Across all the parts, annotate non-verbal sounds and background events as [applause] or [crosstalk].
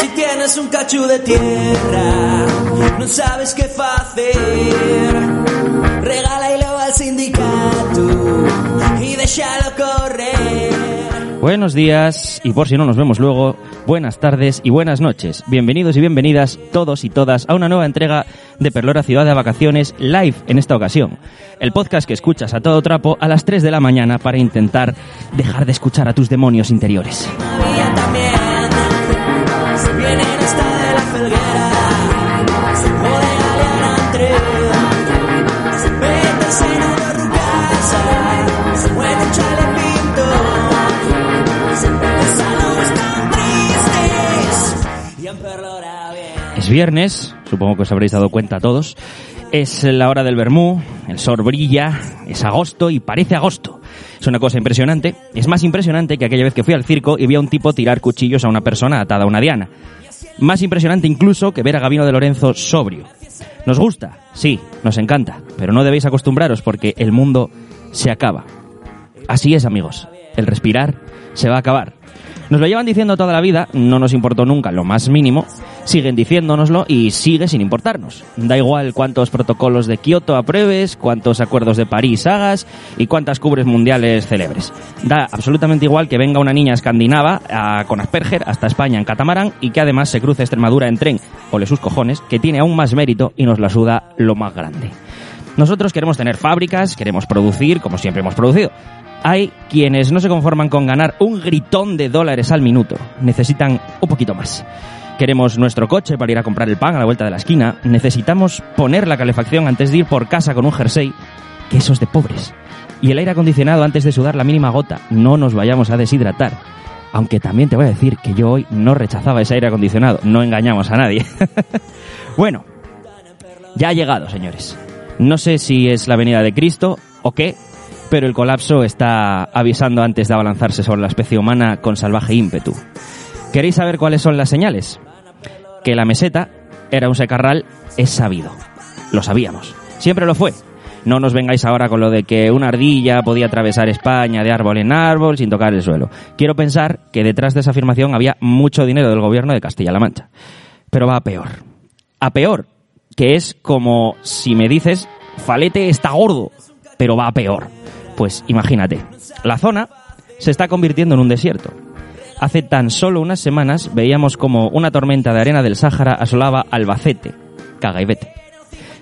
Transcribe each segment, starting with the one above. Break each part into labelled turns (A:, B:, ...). A: Si tienes un cacho de tierra, no sabes qué hacer. Regálalo al sindicato y déjalo correr.
B: Buenos días y por si no nos vemos luego, buenas tardes y buenas noches. Bienvenidos y bienvenidas todos y todas a una nueva entrega de Perlora Ciudad de Vacaciones live en esta ocasión. El podcast que escuchas a todo trapo a las 3 de la mañana para intentar dejar de escuchar a tus demonios interiores.
A: Había también, se viene en esta de la felguera, se puede galear entre, se metes en una rucasa, se mueve un chalepinto, se metes a los tan tristes y en perlora bien.
B: Es viernes, supongo que os habréis dado cuenta todos. Es la hora del vermú, el sol brilla, es agosto y parece agosto. Es una cosa impresionante. Es más impresionante que aquella vez que fui al circo y vi a un tipo tirar cuchillos a una persona atada a una diana. Más impresionante incluso que ver a Gabino de Lorenzo sobrio. Nos gusta, sí, nos encanta, pero no debéis acostumbraros porque el mundo se acaba. Así es, amigos. El respirar se va a acabar. Nos lo llevan diciendo toda la vida, no nos importó nunca lo más mínimo, siguen diciéndonoslo y sigue sin importarnos. Da igual cuántos protocolos de Kioto apruebes, cuántos acuerdos de París hagas y cuántas cubres mundiales celebres. Da absolutamente igual que venga una niña escandinava a- con Asperger hasta España en catamarán y que además se cruce Extremadura en tren, ole sus cojones, que tiene aún más mérito y nos la suda lo más grande. Nosotros queremos tener fábricas, queremos producir, como siempre hemos producido. Hay quienes no se conforman con ganar un gritón de dólares al minuto, necesitan un poquito más. Queremos nuestro coche para ir a comprar el pan a la vuelta de la esquina, necesitamos poner la calefacción antes de ir por casa con un jersey, que eso es de pobres. Y el aire acondicionado antes de sudar la mínima gota, no nos vayamos a deshidratar. Aunque también te voy a decir que yo hoy no rechazaba ese aire acondicionado, no engañamos a nadie. [laughs] bueno, ya ha llegado, señores. No sé si es la venida de Cristo o qué, pero el colapso está avisando antes de abalanzarse sobre la especie humana con salvaje ímpetu. ¿Queréis saber cuáles son las señales? Que la meseta era un secarral es sabido. Lo sabíamos. Siempre lo fue. No nos vengáis ahora con lo de que una ardilla podía atravesar España de árbol en árbol sin tocar el suelo. Quiero pensar que detrás de esa afirmación había mucho dinero del gobierno de Castilla-La Mancha. Pero va a peor a peor, que es como si me dices, Falete está gordo, pero va a peor. Pues imagínate, la zona se está convirtiendo en un desierto. Hace tan solo unas semanas veíamos como una tormenta de arena del Sáhara asolaba Albacete. Caga y vete.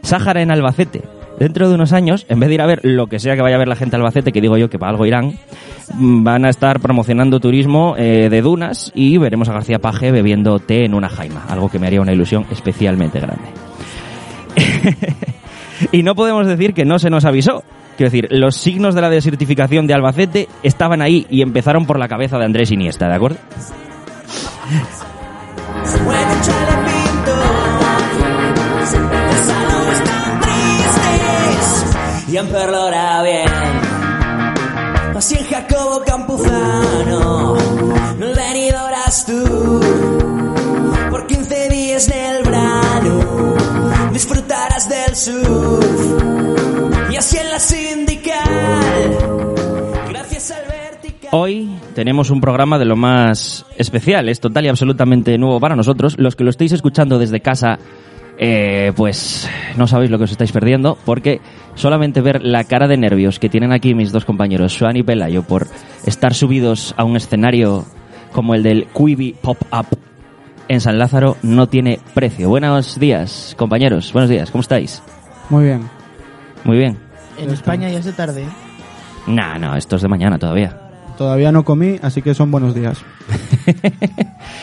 B: Sáhara en Albacete. Dentro de unos años, en vez de ir a ver lo que sea que vaya a ver la gente a Albacete, que digo yo que para algo irán, mm, van a estar promocionando turismo eh, de dunas y veremos a García Paje bebiendo té en una jaima, algo que me haría una ilusión especialmente grande. [laughs] y no podemos decir que no se nos avisó. Quiero decir, los signos de la desertificación de Albacete estaban ahí y empezaron por la cabeza de Andrés Iniesta, ¿de acuerdo?
A: Se mueve un chalepinto, se metes a los tan tristes y en perlora bien. Así en Jacobo Campuzano, no venidoras tú. Por 15 días del verano, disfrutarás del surf. Y así en la sindical, gracias al vertical.
B: Hoy tenemos un programa de lo más especial, es total y absolutamente nuevo para nosotros. Los que lo estáis escuchando desde casa, eh, pues no sabéis lo que os estáis perdiendo, porque solamente ver la cara de nervios que tienen aquí mis dos compañeros, Suan y Pelayo, por estar subidos a un escenario como el del Quibi Pop-Up en San Lázaro, no tiene precio. Buenos días, compañeros, buenos días, ¿cómo estáis?
C: Muy bien.
B: Muy bien.
D: En España ya es de tarde. ¿eh?
B: Nah, no, esto es de mañana todavía.
C: Todavía no comí, así que son buenos días.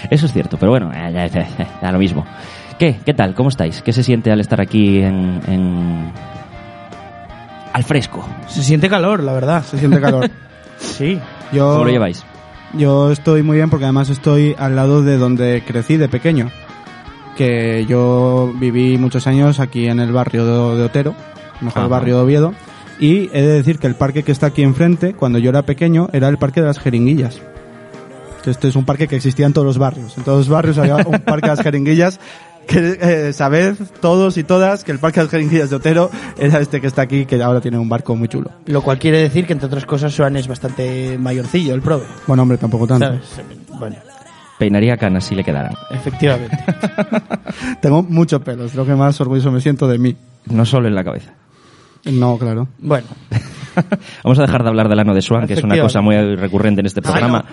B: Eso es cierto, pero bueno, eh, ya, ya, ya, da lo mismo. ¿Qué? ¿Qué tal? ¿Cómo estáis? ¿Qué se siente al estar aquí en... en- al fresco?
D: Se siente calor, la
C: [laughs]
D: verdad.
C: Se siente calor.
D: Sí.
C: Yo,
B: ¿Cómo lo lleváis?
C: Yo estoy muy bien porque además estoy al lado de donde crecí de pequeño. Que yo viví muchos años aquí en el barrio de, de Otero, mejor
B: Ajá.
C: barrio de Oviedo. Y he de decir que el parque que está aquí enfrente, cuando yo era pequeño, era el parque de las jeringuillas. Que Este es un parque que existía en todos los barrios. En todos los barrios había un parque de las jeringuillas. Que eh, sabed todos y todas que el parque de las jeringuillas de Otero era este que está aquí, que ahora tiene un barco muy chulo.
D: Lo cual quiere decir que, entre otras cosas, Joan es bastante mayorcillo, el prove.
C: Bueno, hombre, tampoco tanto.
D: ¿Sabes? Bueno,
B: Peinaría canas si le quedaran.
D: [laughs] efectivamente.
C: [laughs] Tengo mucho pelo, es lo que más orgulloso me siento de mí.
B: No solo en la cabeza. [laughs]
C: No, claro.
D: Bueno,
B: Vamos a dejar de hablar del ano de Swan, que es una
D: Efectivamente.
B: cosa muy recurrente en este programa.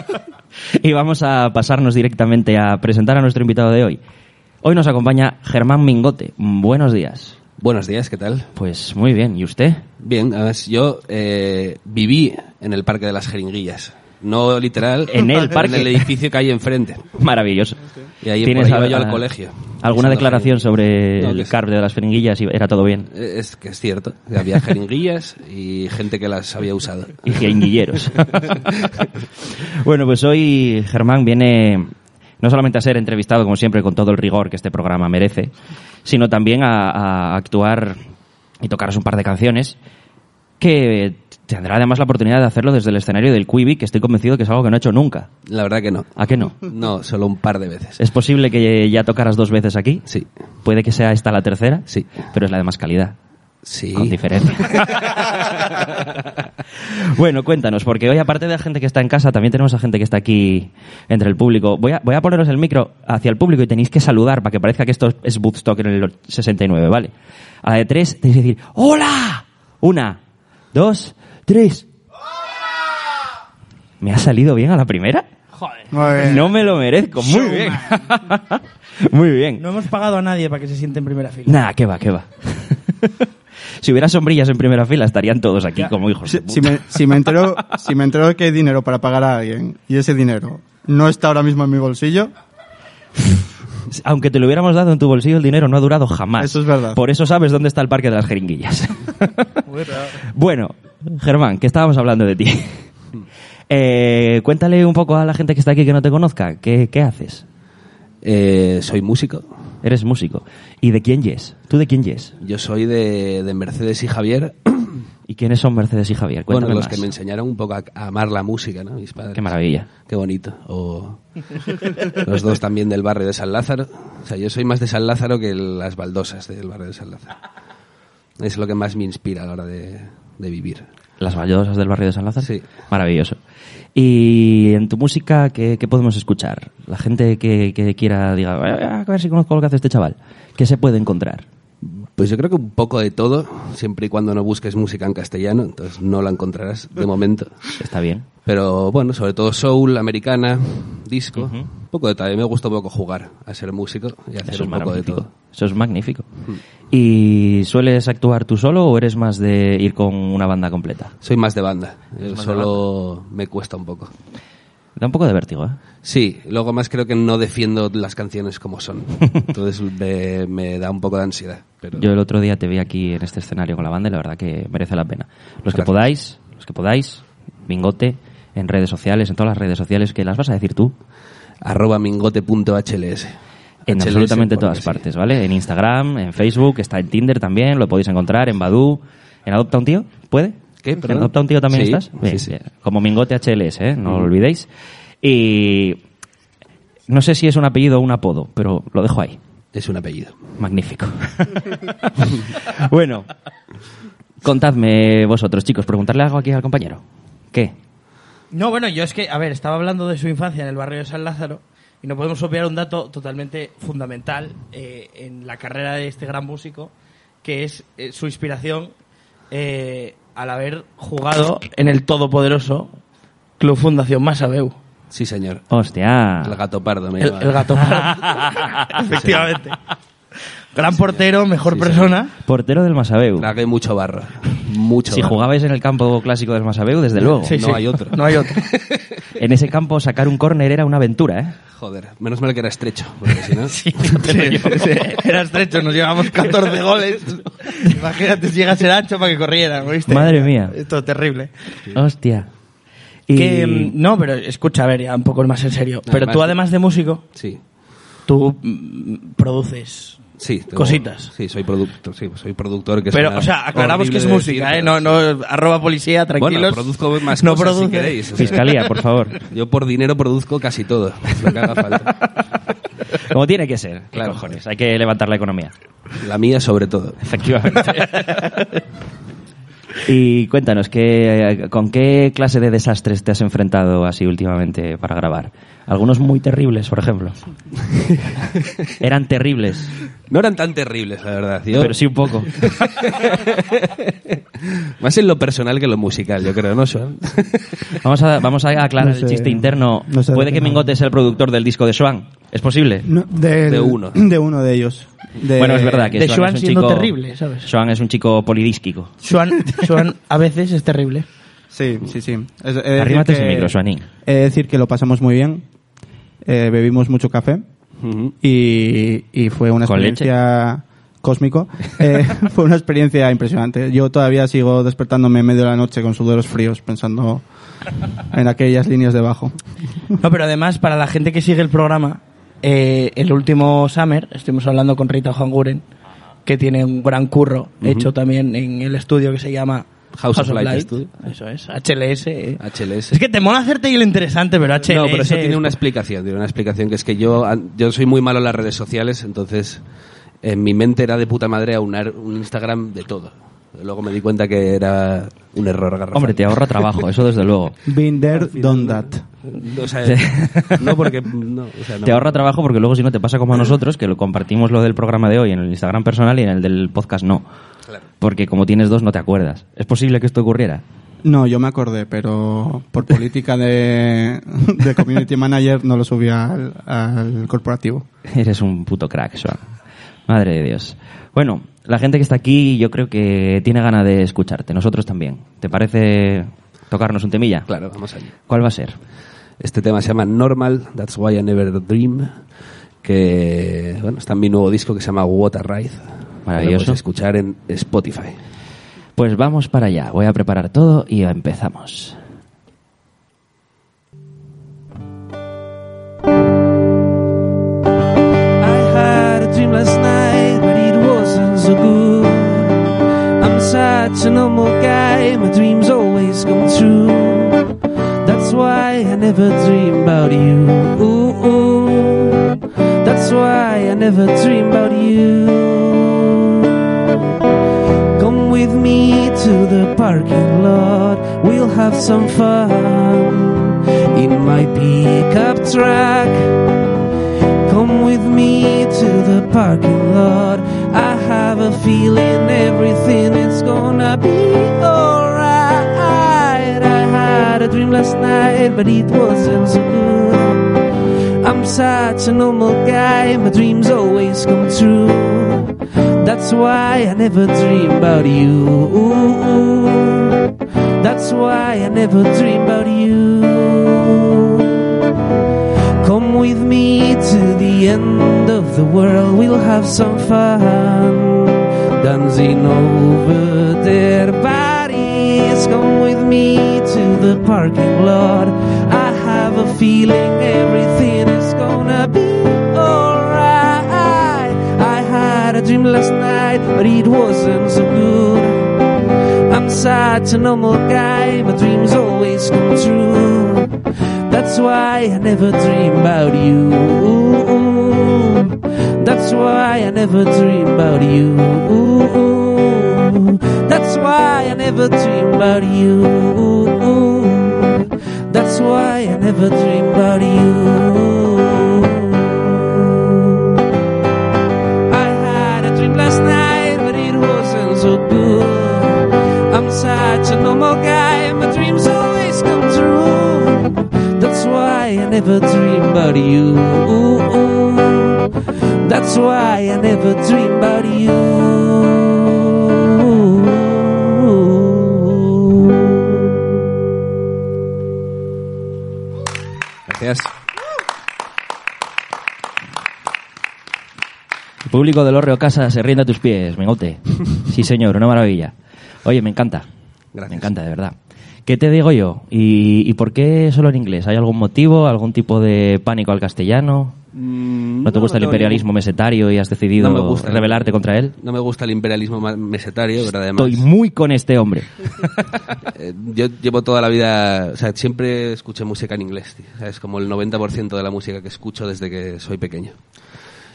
B: [laughs] y vamos a pasarnos directamente a presentar a nuestro invitado de hoy. Hoy nos acompaña Germán Mingote. Buenos días.
E: Buenos días, ¿qué tal?
B: Pues muy bien, ¿y usted?
E: Bien, además, yo eh, viví en el Parque de las Jeringuillas. No literal,
B: En el parque.
E: en el edificio que hay enfrente.
B: Maravilloso.
E: Y ahí
B: ¿Tienes
E: por ahí iba
B: al-
E: yo al
B: a-
E: colegio. Usando
B: ¿Alguna declaración sobre
E: No, que
B: el
E: sí.
B: carro de las feringuillas? y ¿Era todo bien?
E: jeringu- Eh, Es que es cierto, que había jeringuillas y gente que las había usado. [laughs]
B: y jeringuilleros. bueno, pues hoy Germán viene no solamente a ser entrevistado, como siempre, con todo el rigor que este programa merece, sino también a, a actuar y tocaros un par de canciones que tendrá además la oportunidad de hacerlo desde el escenario del Quibi, que estoy convencido que es algo que no ha hecho nunca.
E: La verdad que no.
B: ¿A qué no?
E: No, solo un par de veces.
B: Es posible que ya tocaras dos veces aquí.
E: Sí,
B: Puede que sea esta la tercera,
E: Sí.
B: pero es la de más calidad.
E: sí.
B: Con diferencia. bueno, cuéntanos, porque hoy aparte de la gente que está en casa, también tenemos a gente que está aquí entre el público. Voy a, voy a poneros el micro hacia el público y tenéis que saludar para que parezca que esto es Woodstock en el 69, ¿vale? A la de tres tenéis que decir ¡Hola! Una, dos, tres. ¿Me ha salido bien a la primera?
C: Muy
B: No me lo merezco. Muy bien. [laughs] Muy bien.
D: no hemos pagado a nadie para que se siente en primera fila.
B: Nah, que va, [laughs] que va. si hubiera sombrillas en primera fila, estarían todos aquí como hijos.
C: Si,
B: de puta.
C: si me, si me entero, si me entero de que hay dinero para pagar a alguien y ese dinero no está ahora mismo en mi bolsillo,
B: [laughs] Aunque te lo hubiéramos dado en tu bolsillo, el dinero no ha durado jamás.
C: Eso es verdad.
B: Por eso sabes dónde está el parque de las jeringuillas. [laughs] bueno, Germán, que estábamos hablando de
C: [laughs]
B: ti. Eh, cuéntale un poco a la gente que está aquí que no te conozca. ¿Qué, qué haces?
E: Eh, soy músico.
B: Eres músico. ¿Y de quién yes? ¿Tú de quién yes?
E: Yo soy de, de Mercedes y Javier.
B: ¿Y quiénes son Mercedes y Javier?
E: bueno,
B: Cuéntame
E: los
B: más.
E: que me enseñaron un poco a, a amar la música, ¿no? Mis padres.
B: Qué maravilla.
E: Qué bonito. O los dos también del barrio de San Lázaro. O sea, yo soy más de San Lázaro que las baldosas del barrio de San Lázaro. Es lo que más me inspira a la hora de, de vivir.
B: Las baldosas del barrio de San Lázaro.
E: Sí.
B: Maravilloso. Y en tu música, ¿qué, qué podemos escuchar? La gente que, que quiera, diga, "Ah, a ver si conozco lo que hace este chaval. ¿Qué se puede encontrar?
E: Pues yo creo que un poco de todo, siempre y cuando no busques música en castellano, entonces no la encontrarás de momento.
B: Está bien.
E: Pero bueno, sobre todo soul, americana, disco, un poco de todo. A mí me gusta un poco jugar a ser músico y hacer
B: Eso es
E: un poco de todo. Hmm.
B: magnífico. Eso es magnífico. ¿Y sueles actuar tú solo o eres más de ir con una banda completa?
E: Soy más de banda, Yo solo me cuesta un poco.
B: Da un poco de vértigo, ¿eh?
E: Sí, luego más creo que no defiendo las canciones como
B: [laughs]
E: son. Entonces me, me da un poco de ansiedad. Pero
B: Yo el otro día te vi aquí en este escenario con la banda y la verdad que merece la pena. Los que
E: Gracias.
B: podáis, los que podáis, bingote en redes sociales, en todas las redes sociales que las vas a decir tú,
E: arroba mingote.hls.
B: En
E: HLS,
B: absolutamente
E: porque
B: todas
E: sí.
B: partes, ¿vale? En Instagram, en Facebook, está en Tinder también, lo podéis encontrar, en Badu, en Adopta un Tío, ¿puede?
E: ¿Qué?
B: ¿En
E: Perdón.
B: Adopta un Tío también
E: Sí,
B: estás?
E: sí,
B: Bien,
E: sí. Mm.
B: bien. Como Mingote HLS, ¿eh? No lo olvidéis. Y no sé si es un apellido o un apodo, pero lo dejo ahí.
E: Es un apellido. [laughs]
B: Magnífico. bueno, contadme vosotros, chicos, preguntarle algo aquí al compañero. ¿Qué?
D: No, bueno, yo es que, a ver, estaba hablando de su infancia en el barrio de San Lázaro y no podemos obviar un dato totalmente fundamental eh, en la carrera de este gran músico, que es eh, su inspiración eh, al haber jugado en el todopoderoso Club Fundación Masabeu.
E: Sí, señor.
B: Hostia.
E: El gato pardo me
D: El,
E: llama.
D: el gato. [laughs] Efectivamente. Gran portero, mejor
E: Sí,
D: persona.
B: Portero del Masabeu.
E: Tragué mucho
B: [laughs]
E: barro. Mucho
B: Si
E: barro.
B: jugabais en el campo clásico del Masabeu, desde luego.
D: Sí,
E: no
D: sí.
E: hay otro.
D: No hay otro.
B: En ese campo sacar un córner era una aventura, ¿eh?
E: [laughs] Joder, menos mal que era estrecho. Porque si
B: [laughs]
E: no...
D: Sí, sí, Era estrecho, nos llevamos 14 goles. Imagínate si llega a ser ancho para que corrieran, ¿oíste?
B: Madre mía.
D: Esto es terrible.
B: Hostia. Y-
D: Que, mm, no, pero escucha, a ver, ya un poco más en serio. Pero
E: Además-
D: tú, además de músico,
E: Sí.
D: tú mm, produces.
E: Sí, tengo-
D: Cositas.
E: Sí, soy productor, sí, soy productor que
D: Pero,
E: suena
D: o sea, aclaramos
E: horrible
D: que es
E: de
D: música,
E: decir,
D: ¿eh?
E: pero
D: No, no, arroba policía, tranquilos.
E: Bueno, produzco más
D: No
E: cosas si
D: produce.
E: queréis.
B: mm,
E: o sea,
B: Fiscalía,
E: [laughs]
B: por favor.
E: Yo por dinero produzco casi todo, lo que haga falta.
B: Como tiene que ser. Claro.
E: Claro.
B: Cojones, hay que levantar la economía.
E: La mía sobre todo.
B: Efectivamente. [laughs] y cuéntanos, ¿qué, ¿con qué clase de desastres te has enfrentado así últimamente para grabar? Algunos muy terribles,
C: [laughs]
B: por ejemplo. Eran terribles,
E: No eran tan terribles, la verdad. Yo,
B: pero sí un poco.
E: Más en lo personal que en lo musical, yo creo, ¿no,
B: [laughs]
E: Joan?
B: Vamos a, vamos a aclarar
C: No sé.
B: el chiste interno.
C: No sé de
B: Puede
C: qué
B: que
C: no.
B: Mingote sea el productor del disco de Swan. ¿Es posible?
C: No, del-
E: De uno.
C: De uno de ellos. De-
B: bueno, es verdad que
D: de
B: Swan es
D: Joan
B: un
D: siendo
B: chico,
D: terrible, ¿sabes?
B: Swan es un chico polidísquico.
D: Joan, Joan a veces es terrible.
C: Sí, sí, sí. Es, he de decir
B: Arrímate
C: que-
B: ese micro, Suanín.
C: He de decir que lo pasamos muy bien. eh, bebimos mucho café.
E: Ujú.
C: y, y fue una
B: Con
C: experiencia
B: [laughs]
C: cósmico. Eh, [laughs] fue una experiencia impresionante. Yo todavía sigo despertándome en medio de la noche con suderos fríos pensando en aquellas líneas debajo.
D: No, pero además, para la gente que sigue el programa, eh, el último Summer, estuvimos hablando con Rita Juan Guren, que tiene un gran curro hecho también en el estudio que se llama
E: House of Light Studio.
D: Eso es, HLS. eh.
E: HLS.
D: Es que te mola hacerte y lo interesante, pero HLS.
E: no, pero eso tiene
D: es-
E: una explicación, tiene una explicación que es que yo, an- yo soy muy malo en las redes sociales, entonces en mi mente era de puta madre aunar un Instagram de todo. Luego me di cuenta que era un error garrafal.
B: Hombre, te
E: [laughs]
B: ahorra trabajo, eso desde luego.
C: Been there, done that.
E: O sea, no porque no, o sea, no.
B: Te ahorra trabajo porque luego si no te pasa como a nosotros, que lo compartimos lo del programa de hoy en el Instagram personal y en el del podcast no. Porque como tienes dos no te acuerdas. ¿Es posible que esto ocurriera? [laughs]
C: No, yo me acordé, pero por política
B: [laughs]
C: de, de community manager no lo subí al, al corporativo.
B: Eres un puto crack, Joan. Madre de Dios. Bueno, la gente que está aquí yo creo que tiene ganas de escucharte, nosotros también. ¿Te parece tocarnos un temilla?
E: Claro, vamos allá.
B: ¿Cuál va a ser?
E: Este tema se llama Normal, That's Why I Never Dream, que bueno, está en mi nuevo disco que se llama Water Ride.
B: Maravilloso.
E: Lo puedes escuchar en Spotify.
B: Pues vamos para allá, voy a preparar todo y empezamos.
A: I had a dream last night, but it wasn't so good. I'm such a normal guy, my dreams always come true. That's why I never dream about you. Ooh, ooh. That's why I never dream about you. Come with me to the parking lot, we'll have some fun in my pickup truck. Come with me to the parking lot. I have a feeling everything is gonna be alright. I had a dream last night, but it wasn't so good. I'm such a normal guy, my dreams always come true. That's why I never dream about you. That's why I never dream about you. Come with me to the end of the world, we'll have some fun. Dancing over their bodies. Come with me to the parking lot. I have a feeling everything is gonna be alright. I had a dream last night, but it wasn't so good. I'm such a normal guy, my dreams always come true. That's why I never dream about you. That's why I never dream about you. That's why I never dream about you. That's why I never dream about you. I had a dream last night, but it wasn't so good. I'm such a normal guy, my dreams always come true. That's why I never dream about you. That's why I never dream about you.
E: Gracias.
B: El público del Orreo Casa se rinde a tus pies, Mingote. Sí, señor, una maravilla. Oye, me encanta.
E: Gracias.
B: Me encanta, de verdad. ¿Qué te digo yo? ¿Y, y por qué solo en inglés? ¿Hay algún motivo? ¿Algún tipo de pánico al castellano? ¿No te gusta el
E: tengo
B: imperialismo mesetario y has decidido
E: No me gusta.
B: rebelarte contra él?
E: No me gusta el imperialismo ma- mesetario, pero además...
B: Estoy muy con este hombre.
E: Eh, yo llevo toda la vida, o sea, siempre escuché música en inglés, tío. O sea, es como el 90% de la música que escucho desde que soy pequeño.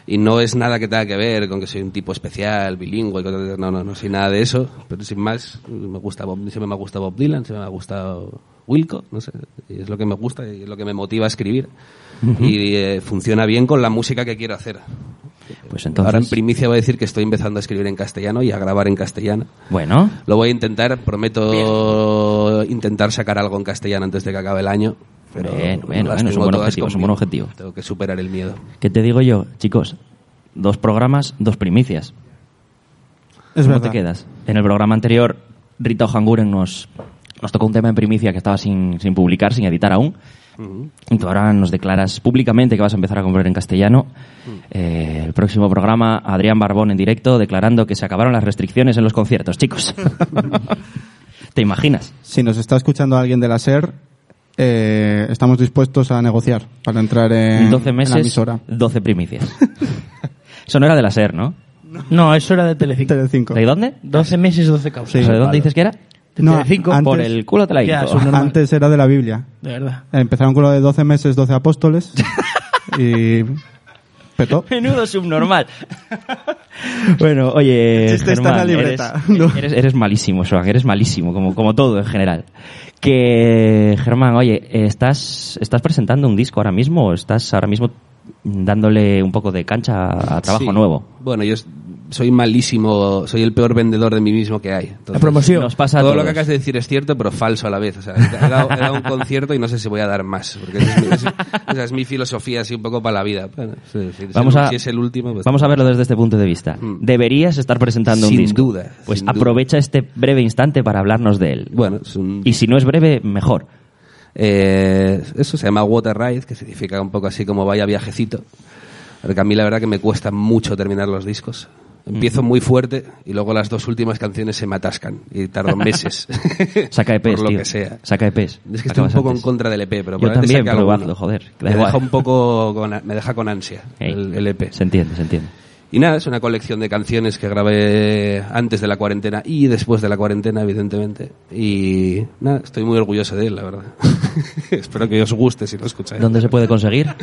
E: Y no es nada que tenga que ver con que soy un tipo especial, bilingüe, cosas de- no, no, no soy nada de eso, pero sin más, me gusta Bob, siempre me ha gustado Bob Dylan, siempre me ha gustado Wilco, no sé, y es lo que me gusta y es lo que me motiva a escribir. Y eh, funciona bien con la música que quiero hacer.
B: Pues entonces...
E: Ahora en primicia voy a decir que estoy empezando a escribir en castellano y a grabar en castellano.
B: Bueno,
E: Lo voy a intentar, prometo intentar sacar algo en castellano antes de que acabe el año. Pero
B: Bien, bueno,
E: las
B: bueno, es un
E: tengo
B: buen
E: todas
B: objetivo, es un buen
E: conmigo.
B: objetivo.
E: Tengo que superar el miedo.
B: ¿qué te digo yo, chicos? Dos programas, dos primicias.
C: Es
B: ¿Cómo
C: verdad.
B: te quedas? En el programa anterior, Rita Ojanguren nos, nos tocó un tema en primicia que estaba sin, sin publicar, sin editar aún. Y tú ahora nos declaras públicamente que vas a empezar a comprar en castellano. Eh, el próximo programa, Adrián Barbón en directo, declarando que se acabaron las restricciones en los conciertos, chicos. ¿Te imaginas?
C: Si nos está escuchando alguien de la SER, eh, estamos dispuestos a negociar para entrar en,
B: 12
C: en la
B: meses,
C: emisora.
B: 12 primicias. [laughs] Eso no era de la SER, ¿no?
D: No, eso era de Telecinco.
C: Telecinco.
B: ¿De dónde?
D: 12 meses, 12 causas.
B: O sea, ¿De dónde dices que era?
D: De
C: No,
D: Telecinco,
C: antes-
B: Por el culo te la
D: Ya,
B: hinco.
D: es un- normal.
C: Antes era de la Biblia.
D: De verdad.
C: Empezaron con lo de 12 meses, 12
B: [laughs]
C: apóstoles. y petó.
B: Menudo subnormal. [laughs] bueno, oye,
C: chiste está en la
B: Germán,
C: libreta, [laughs]
B: Eres,
C: ¿no?
B: eres- eres malísimo, Joan, eres malísimo, como, como todo en general. Que, Germán, oye, ¿estás, ¿estás presentando un disco ahora mismo o estás ahora mismo dándole un poco de cancha a, a trabajo
E: Sí.
B: nuevo?
E: Bueno, yo es- soy malísimo, soy el peor vendedor de mí mismo que hay. Entonces,
D: La promoción.
B: Nos pasa a
E: Pues Todo lo
B: todos.
E: que acabas de decir es cierto, pero falso a la vez. O sea, he dado, he
B: [laughs]
E: dado un concierto y no sé si voy a dar más. Porque esa es mi, esa es- esa es mi filosofía así un poco para la vida. Bueno, sí, sí,
B: Vamos
E: si,
B: a-
E: si es el último, pues-
B: Vamos a verlo desde este punto de vista.
E: Mm.
B: Deberías estar presentando
E: Sin
B: un disco.
E: duda,
B: Pues
E: sin duda.
B: aprovecha este breve instante para hablarnos de él.
E: Bueno, es un-
B: Y si no es breve, mejor.
E: Eh, eso se llama Water Ride, que significa un poco así como vaya viajecito. Porque a mí la verdad que me cuesta mucho terminar los discos.
B: Mm.
E: Empiezo muy fuerte y luego las dos últimas canciones se me atascan y
B: [laughs]
E: tardo meses.
B: Saca EPs,
E: [laughs] Por lo
B: tío.
E: que sea.
B: Saca EPs.
E: Es que estoy un
B: Acabas
E: poco en
B: antes.
E: contra del EP, pero
B: Yo
E: probablemente
B: también,
E: saque
B: pero
E: alguno.
B: hazlo, joder, que da
E: Me
B: igual.
E: deja un poco con, me deja con ansia
B: [laughs] Ey,
E: el, E el EP.
B: Se entiende, se entiende.
E: Y nada, es una colección de canciones que grabé antes de la cuarentena y después de la cuarentena, evidentemente. Y nada, estoy muy orgulloso de él, la verdad. [laughs] Espero que os guste si lo escucháis.
B: ¿Dónde se
E: [laughs]
B: puede conseguir?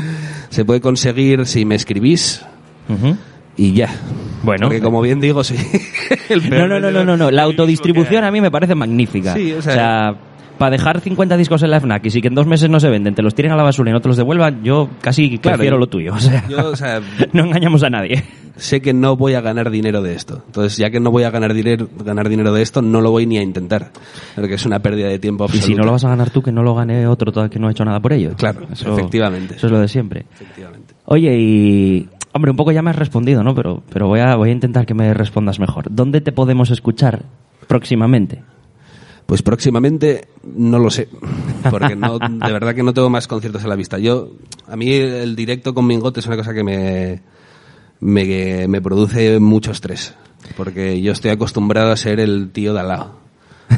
E: Se puede conseguir si me escribís
B: Ujú.
E: y ya.
B: Bueno.
E: Porque como bien digo, soy [laughs] el
B: [laughs] No,
E: peor
B: no, no, no,
E: vendedor del
B: no, no. La
E: mismo que
B: autodistribución
E: hay.
B: a mí me parece magnífica.
E: Sí, o sea-
B: para dejar 50 discos en la FNAC y si que en dos meses no se venden, te los tiren a la basura y no te los devuelvan, yo casi
E: Claro,
B: prefiero
E: yo-
B: lo tuyo. O sea,
E: Yo, o sea,
B: [laughs] no engañamos a nadie.
E: sé que no voy a ganar dinero de esto. Entonces, ya que no voy a ganar dinero, ganar dinero de esto, no lo voy ni a intentar. Porque es una pérdida de tiempo
B: Y
E: absoluta.
B: si no lo vas a ganar tú, que no lo gane otro to- que no ha hecho nada por ello.
E: Claro, efectivamente.
B: Eso es lo de siempre.
E: Efectivamente.
B: Oye, y... Hombre, un poco ya me has respondido, ¿no? Pero, pero voy, a, voy a intentar que me respondas mejor. ¿Dónde te podemos escuchar próximamente?
E: Pues próximamente no lo sé, porque no, de verdad que no tengo más conciertos a la vista. Yo, a mí el directo con Mingote es una cosa que me, me, me produce mucho estrés, porque yo estoy acostumbrado a ser el tío de al lado,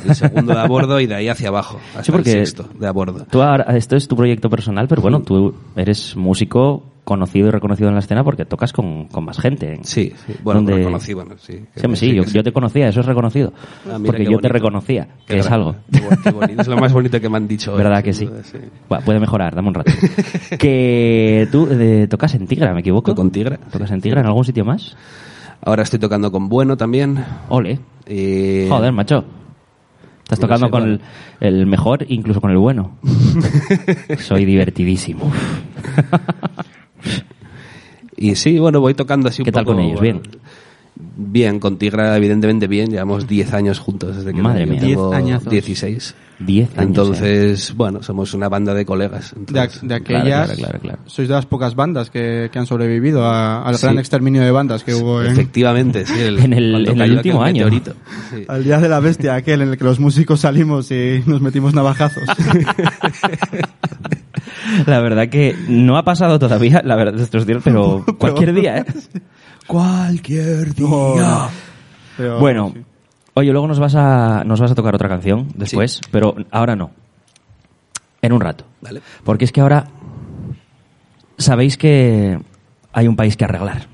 E: el segundo de a bordo y de ahí hacia abajo, hasta
B: Sí, porque
E: el sexto de a bordo.
B: Tú ahora- esto es tu proyecto personal, pero bueno, tú eres músico conocido y reconocido en la escena porque tocas con, con más gente.
E: Sí, sí, bueno,
B: ¿Dónde-
E: reconocí, bueno, sí. Ah,
B: Sí, hombre, sí, yo, yo te conocía, eso es reconocido. porque yo te reconocía, que es algo.
E: Es lo más bonito que me han
B: [laughs]
E: dicho. hoy,
B: ¿Verdad
E: sin
B: que sí?
E: duda, sí.
B: Buah, puede mejorar, dame
E: [laughs]
B: un rato. que tú eh, tocas en Tigra, ¿me equivoco?
E: Toco en Tigra,
B: ¿Tocas en Tigra en algún sitio más?
E: Ahora estoy tocando con Bueno también.
B: Ole.
E: y-
B: Joder, macho. Estás
E: Eh, no
B: tocando
E: sé,
B: con el,
E: bueno.
B: el mejor, incluso con
E: [laughs]
B: el bueno. Soy divertidísimo.
E: Y sí, bueno, voy tocando así un
B: ¿Qué tal
E: poco,
B: con ellos?
E: bueno,
B: Bien.
E: Bien, con Tigra, evidentemente bien. Llevamos 10 años juntos desde que
B: Madre
E: yo
B: mía.
E: tengo
C: 10 añazos.
E: 16.
B: [laughs] Diez años. ¿eh?
E: Entonces, bueno, somos una banda de colegas.
C: De,
E: entonces-
C: ac- de aquellas,
B: claro, claro, claro.
C: sois de las pocas bandas que, que han sobrevivido a- al
E: Sí.
C: gran exterminio de bandas que hubo
E: ¿eh?
C: en,
E: Efectivamente,
B: [laughs]
E: sí.
B: En el-
E: cuando
B: en el
E: cayó aquel
B: último año.
E: meteorito. Sí.
C: al Día de la Bestia, aquel en el que los músicos salimos y nos metimos navajazos.
B: La verdad que no ha pasado todavía, la verdad, esto es cierto,
E: [laughs]
B: pero [laughs] cualquier día, ¿eh?
C: Cualquier día. Pero-
B: Bueno, Oye, luego nos vas a, nos vas a tocar otra canción después, pero ahora no. En un rato.
E: Vale.
B: Porque es que ahora sabéis que hay un país que arreglar.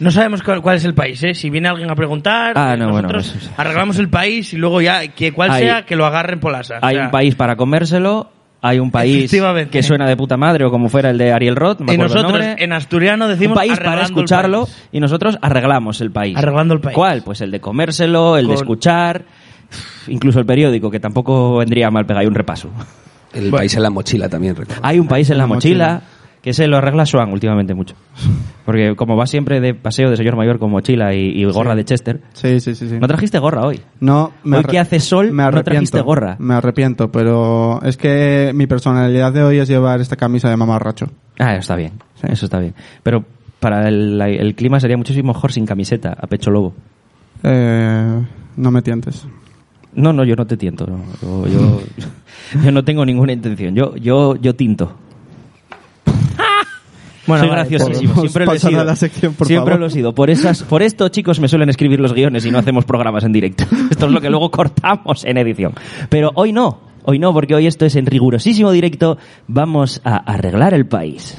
D: No sabemos cuál, cuál es el país, ¿eh? Si viene alguien a preguntar,
B: Ah, no, bueno,
D: nosotros
B: eso es-
D: arreglamos el país y luego ya, que cual
B: Hay-
D: sea, que lo agarren por las
B: Hay un país para comérselo, hay un país
D: Efectivamente.
B: que suena de puta madre o como fuera el de Ariel Roth, me
D: Y
B: acuerdo el
D: nosotros,
B: nombre.
D: en asturiano, decimos
B: un país para
D: arreglando el
B: escucharlo
D: país.
B: y nosotros arreglamos el país.
D: Arreglando el país.
B: ¿Cuál? Pues el de comérselo, el de
D: Con-
B: escuchar, incluso el periódico, que tampoco vendría mal pegar ahí un repaso.
E: El país en la mochila también, recuerdo.
B: Hay un país en la
C: La mochila.
B: mochila, que se lo arregla Swan últimamente mucho. Porque como va siempre de paseo de señor mayor con mochila y, y gorra de Chester.
C: Sí, sí, sí. sí.
B: No trajiste gorra hoy.
C: No,
B: Hoy
C: arre-
B: que hace sol, no trajiste gorra.
C: Me arrepiento, pero es que mi personalidad de hoy es llevar esta camisa de mamarracho.
B: Ah, eso está bien. Eso está bien. Pero para el, la- el clima sería muchísimo mejor sin camiseta, a pecho lobo.
C: Eh, no me tientes.
B: No, no, yo no te tiento. no. Yo, yo- [laughs] yo no tengo ninguna intención. Yo, yo, yo tinto. Bueno, Soy
C: vale,
B: graciosísimo.
C: podemos
B: Siempre lo he
C: pasar
B: sido.
C: a la sección, por
B: Siempre
C: favor.
B: lo he sido. Por, esas, por esto, chicos, me suelen escribir los guiones y no hacemos programas en directo. [laughs] Esto es lo que luego cortamos en edición. Pero hoy no. Hoy no, porque hoy esto es en rigurosísimo directo. Vamos a arreglar el país.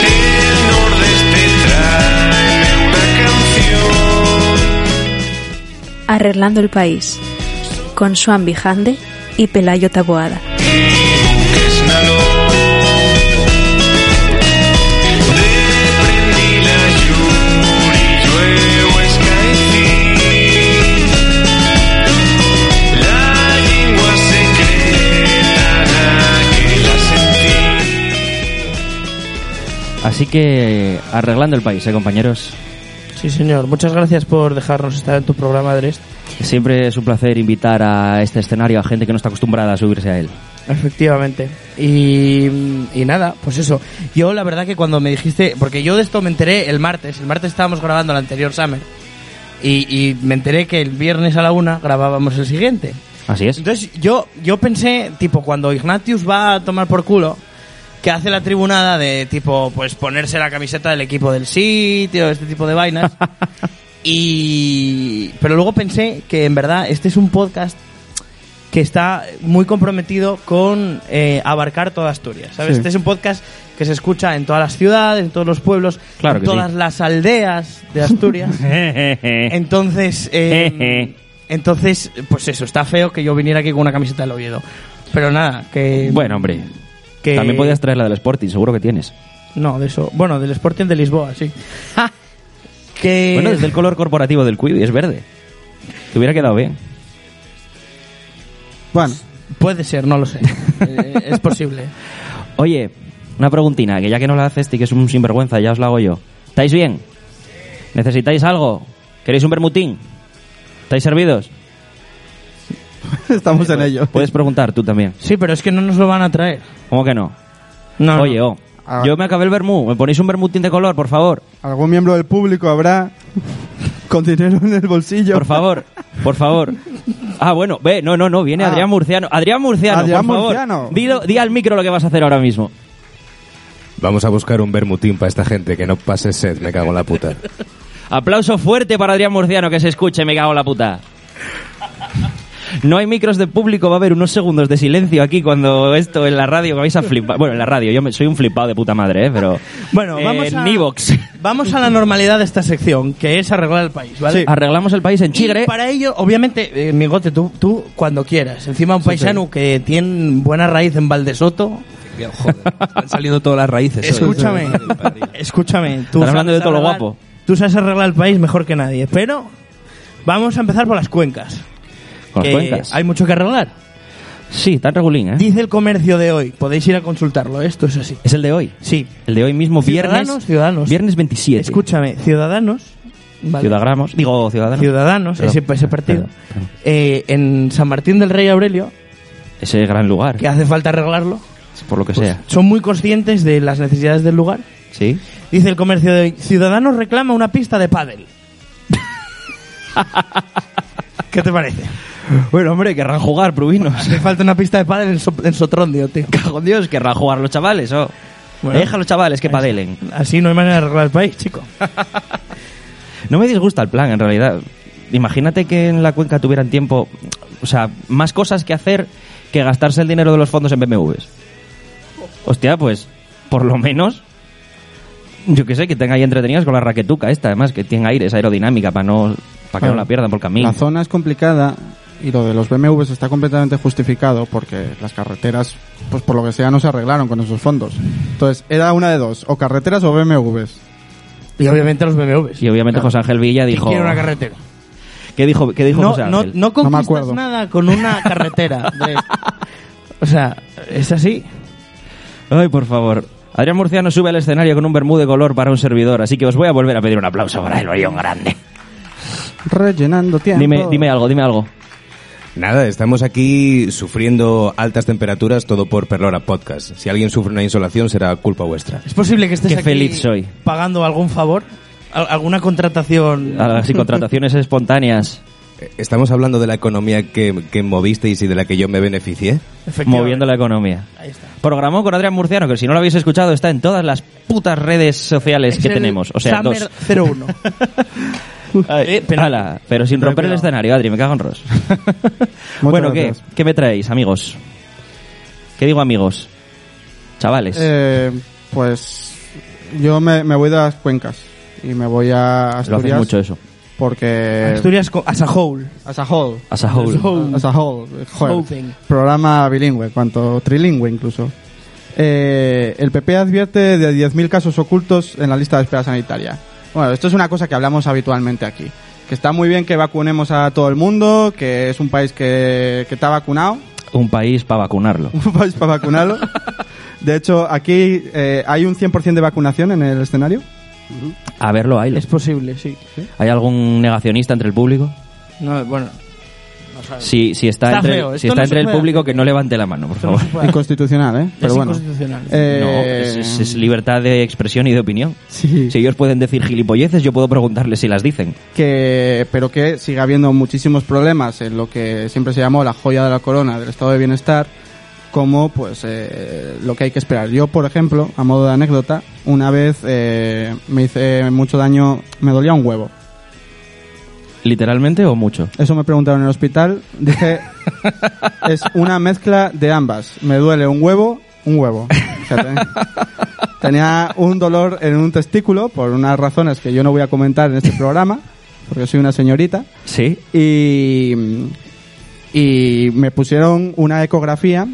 F: El nordeste tráeme una canción.
G: Arreglando el país, con Swan Bijande y Pelayo Taboada.
F: Esnaló. Deprendí la lluvia y luego escaecí. La lengua secreta la que la sentí.
B: Así que arreglando el país, ¿eh, compañeros?
D: Sí, señor. Muchas gracias por dejarnos estar en tu programa, Dres.
B: Siempre es un placer invitar a este escenario a gente que no está acostumbrada a subirse a él.
D: Efectivamente. Y, y nada, pues eso. Yo la verdad que cuando me dijiste, porque yo de esto me enteré el martes, el martes estábamos grabando el anterior Summer, y, y me enteré que el viernes a la una grabábamos el siguiente.
B: Así es.
D: Entonces yo, yo pensé, tipo, cuando Ignatius va a tomar por culo, que hace la tribunada de, tipo, pues ponerse la camiseta del equipo del sitio, este tipo
B: [laughs]
D: de vainas. y... Pero luego pensé que en verdad este es un podcast que está muy comprometido con eh, abarcar toda Asturias, ¿sabes?
C: Sí.
D: Este es un podcast que se escucha en todas las ciudades, en todos los pueblos,
B: Claro
D: en
B: que sí.
D: todas las aldeas
B: [laughs]
D: de Asturias. Entonces, eh, entonces, pues eso, está feo que yo viniera aquí con una camiseta del Oviedo. Pero nada, que...
B: bueno, hombre.
D: que-
B: También podías traer la del Sporting, seguro que tienes.
D: No, de eso. Bueno, del Sporting de Lisboa, sí. que...
B: Ah. Bueno, desde el color corporativo del Quibi, es verde. Te hubiera quedado bien.
C: Bueno, [laughs]
D: Puede ser, no lo sé. Eh, es posible.
B: Oye, una preguntina, que ya que no la haces, y que es un sinvergüenza, ya os la hago yo. ¿Estáis bien? ¿Necesitáis algo? ¿Queréis un bermutín? ¿Estáis servidos?
C: estamos en ello.
B: Puedes preguntar tú también.
D: Sí, pero es que no nos lo van a traer.
B: ¿Cómo que no?
D: No,
B: Oye,
D: no.
B: oh, yo me acabé el vermú. ¿Me ponéis un bermutín de color, por favor?
C: Algún miembro del público habrá con dinero en el bolsillo.
B: Por favor, por favor. Ah, bueno, ve, no, no, no, viene
C: Ah.
B: Adrián Murciano. Adrián Murciano,
C: Adrián
B: por
C: Murciano.
B: favor. Dilo- di al micro lo que vas a hacer ahora mismo.
H: Vamos a buscar un bermutín para esta gente, que no pase sed, me cago en la puta.
B: Aplauso fuerte para Adrián Murciano, que se escuche, me cago en la puta. No hay micros de público, va a haber unos segundos de silencio aquí cuando esto en la radio me vais a flipar. Bueno, en la radio, yo me- soy un flipado de puta madre, ¿eh? pero.
D: Bueno,
B: Eh,
D: vamos a...
B: En Evox.
D: Vamos a la normalidad de esta sección, que es arreglar el país, ¿vale?
B: Arreglamos el país en Chigre.
D: Y para ello, obviamente, eh, Migote, tú, tú cuando quieras. Encima un paisano que tiene buena raíz en Valdesoto.
E: Bien, joder, están saliendo todas las raíces. hoy.
D: Escúchame,
E: Madre padrino.
D: escúchame. Tú
B: Están hablando
D: sabes
B: de todo lo
D: arreglar-
B: guapo.
D: Tú sabes arreglar el país mejor que nadie, pero vamos a empezar por las cuencas.
B: Con las
D: que
B: cuencas.
D: Hay mucho que arreglar.
B: Sí, tan regulín, ¿eh?
D: Dice el comercio de hoy. Podéis ir a consultarlo, ¿eh? esto es así.
B: Es el de hoy.
D: Sí.
B: El de hoy mismo,
D: Ciudadanos,
B: viernes.
D: ciudadanos.
B: Viernes 27.
D: Escúchame, ciudadanos. ¿vale?
B: Ciudadanos. Digo, ciudadanos.
D: Ciudadanos,
B: Perdón,
D: ese, ese partido.
B: perdón, perdón.
D: eh, en San Martín del Rey Aurelio,
B: Ese gran lugar.
D: que hace falta arreglarlo, pues,
B: Por lo que sea.
D: son muy conscientes de las necesidades del lugar.
B: Sí.
D: Dice el comercio de hoy, Ciudadanos reclama una pista de pádel. [laughs] ¿Qué te parece?
B: Bueno, hombre, querrán jugar, provinos. [laughs]
D: Hace falta una pista de pádel en, So- en Sotrondio, tío.
B: Cago en Dios, querrán jugar los chavales, ¿o?
D: Bueno.
B: Deja a los chavales que padelen.
D: Así no hay manera de arreglar el país, chico.
B: No me disgusta el plan, en realidad. Imagínate que en la cuenca tuvieran tiempo, o sea, más cosas que hacer que gastarse el dinero de los fondos en BMWs. Hostia, pues, por lo menos, yo qué sé, que tenga ahí entretenidas con la raquetuca esta, además, que tiene aire, es aerodinámica, para no, para
D: Ah.
B: que no la pierdan por camino.
C: La zona es complicada y lo de los BMWs está completamente justificado porque las carreteras, pues por lo que sea, no se arreglaron con esos fondos. Entonces, era una de dos, o carreteras o BMWs.
D: Y obviamente los BMWs.
B: Y obviamente José Ángel Villa dijo...
D: Quiero una carretera.
B: ¿Qué dijo, qué dijo
D: No,
B: José
D: no,
B: Ángel?
D: no conquistas
C: acuerdo.
D: nada
B: [laughs]
D: con una carretera. de- O sea, es así.
B: Ay, por favor. Adrián Murciano sube al escenario con un bermú de color para un servidor, así que os voy a volver a pedir un aplauso para el Orión Grande.
C: Rellenando tiempo.
B: Dime, dime algo, dime algo.
H: Nada, estamos aquí sufriendo altas temperaturas, todo por Perlora Podcast. Si alguien sufre una insolación, será culpa vuestra.
D: Es posible que estés
B: Qué
D: aquí
B: feliz soy.
D: pagando algún favor, al- alguna contratación.
B: A
D: [laughs]
B: las contrataciones espontáneas,
H: Eh, ¿Estamos hablando de la economía que, que movisteis y de la que yo me beneficié?
D: Efectivamente.
B: moviendo la economía.
D: Ahí está.
B: Programó con Adrián Murciano, que si no lo habéis escuchado, está en todas las putas redes sociales
D: Es
B: que
D: el
B: tenemos. O sea,
D: Summer Eh,
B: dos. [laughs]
D: 01.
B: Ay,
D: pero-
B: ala, pero sin
D: pero
B: romper el
D: cuidado.
B: escenario, Adri, me cago en Ros.
D: [laughs]
B: [laughs] bueno, ¿qué,
C: gracias.
B: ¿qué me traéis, amigos? ¿Qué digo, amigos? Chavales.
C: Eh, pues yo me, me voy de las cuencas y me voy a
B: lo haces
C: Asturias
B: mucho ¿eh? eso.
C: porque
D: Asturias co- as a whole.
C: as a whole,
B: As a whole.
D: Whole.
C: as a whole, joder,
D: Whole thing.
C: programa bilingüe, cuanto trilingüe incluso. Eh, el PP advierte de 10.000 casos ocultos en la lista de espera sanitaria. Bueno, esto es una cosa que hablamos habitualmente aquí. Que está muy bien que vacunemos a todo el mundo, que es un país que, que está vacunado, [laughs]
B: Un país para vacunarlo.
C: un país para vacunarlo. De hecho, aquí eh, hay un 100% de vacunación en el escenario.
B: A verlo, ahí.
D: Es posible, sí.
B: ¿Hay algún negacionista entre el público?
D: No, bueno,
B: Si, si está,
D: Está
B: entre,
D: feo,
B: si está
D: esto no se
B: entre el
D: puede
B: público,
D: hacer.
B: que no levante la mano, por
D: esto no
B: favor.
D: se puede hacer.
C: Inconstitucional, ¿eh? Pero
D: es
C: bueno.
D: inconstitucional.
C: Eh,
B: No, es, es- es libertad de expresión y de opinión.
C: Sí.
B: Si ellos pueden decir gilipolleces, yo puedo preguntarles si las dicen.
C: que pero que sigue habiendo muchísimos problemas en lo que siempre se llamó la joya de la corona del estado de bienestar como pues eh, lo que hay que esperar yo por ejemplo a modo de anécdota una vez eh, me hice mucho daño me dolía un huevo
B: ¿Literalmente o mucho?
C: eso me preguntaron en el hospital dije es una mezcla de ambas me duele un huevo un huevo Fíjate. tenía un dolor en un testículo por unas razones que yo no voy a comentar en este programa porque soy una señorita
B: Sí.
C: y, y me pusieron una ecografía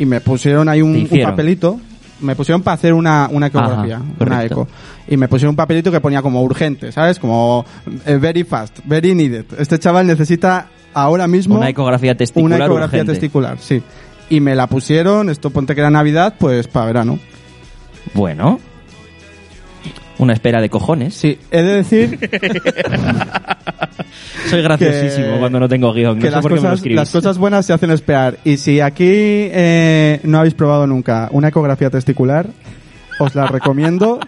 C: y me pusieron ahí un,
B: Te
C: un
B: hicieron.
C: papelito. Me pusieron para hacer una, una ecografía,
B: Ajá,
C: una
B: correcto.
C: eco. Y me pusieron un papelito que ponía como urgente, ¿sabes? Como eh, very fast, very needed. Este chaval necesita ahora mismo
B: Una ecografía testicular.
C: una ecografía
B: urgente.
C: testicular, sí. Y me la pusieron, esto ponte que era Navidad, pues para verano.
B: Bueno. Una espera de cojones.
C: Sí, he de
B: [laughs]
C: decir
B: Soy graciosísimo
C: Que-
B: cuando no tengo guión.
C: que
B: Pues No sé
C: las
B: por qué me lo
C: cosas,
B: escribís.
C: las cosas buenas se hacen esperar. Y si aquí eh, no habéis probado nunca una ecografía testicular, os la recomiendo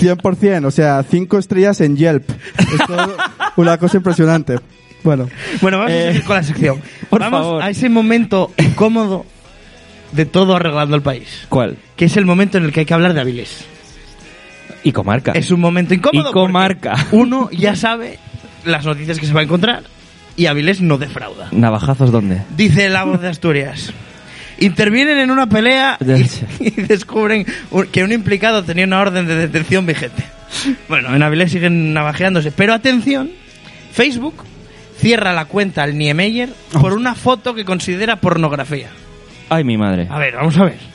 C: 100%. O sea, cinco estrellas en Yelp. Es todo una cosa impresionante. Bueno,
D: Bueno, vamos a seguir con la sección.
B: eh, [laughs] por
D: vamos
B: favor.
D: a ese momento incómodo de todo arreglando el país.
B: ¿Cuál?
D: Que es el momento en el que hay que hablar de Avilés.
B: Y comarca.
D: Es un momento incómodo.
B: Y comarca.
D: porque Uno ya sabe las noticias que se va a encontrar y Avilés no defrauda.
B: ¿Navajazos dónde?
D: Dice la voz de Asturias. Intervienen en una pelea [laughs] y, y descubren un- que un implicado tenía una orden de detención vigente. Bueno, en Avilés siguen navajeándose. Pero atención, Facebook cierra la cuenta al Niemeyer
B: Oh.
D: por una foto que considera pornografía.
B: Ay, mi madre.
D: A ver, vamos a ver.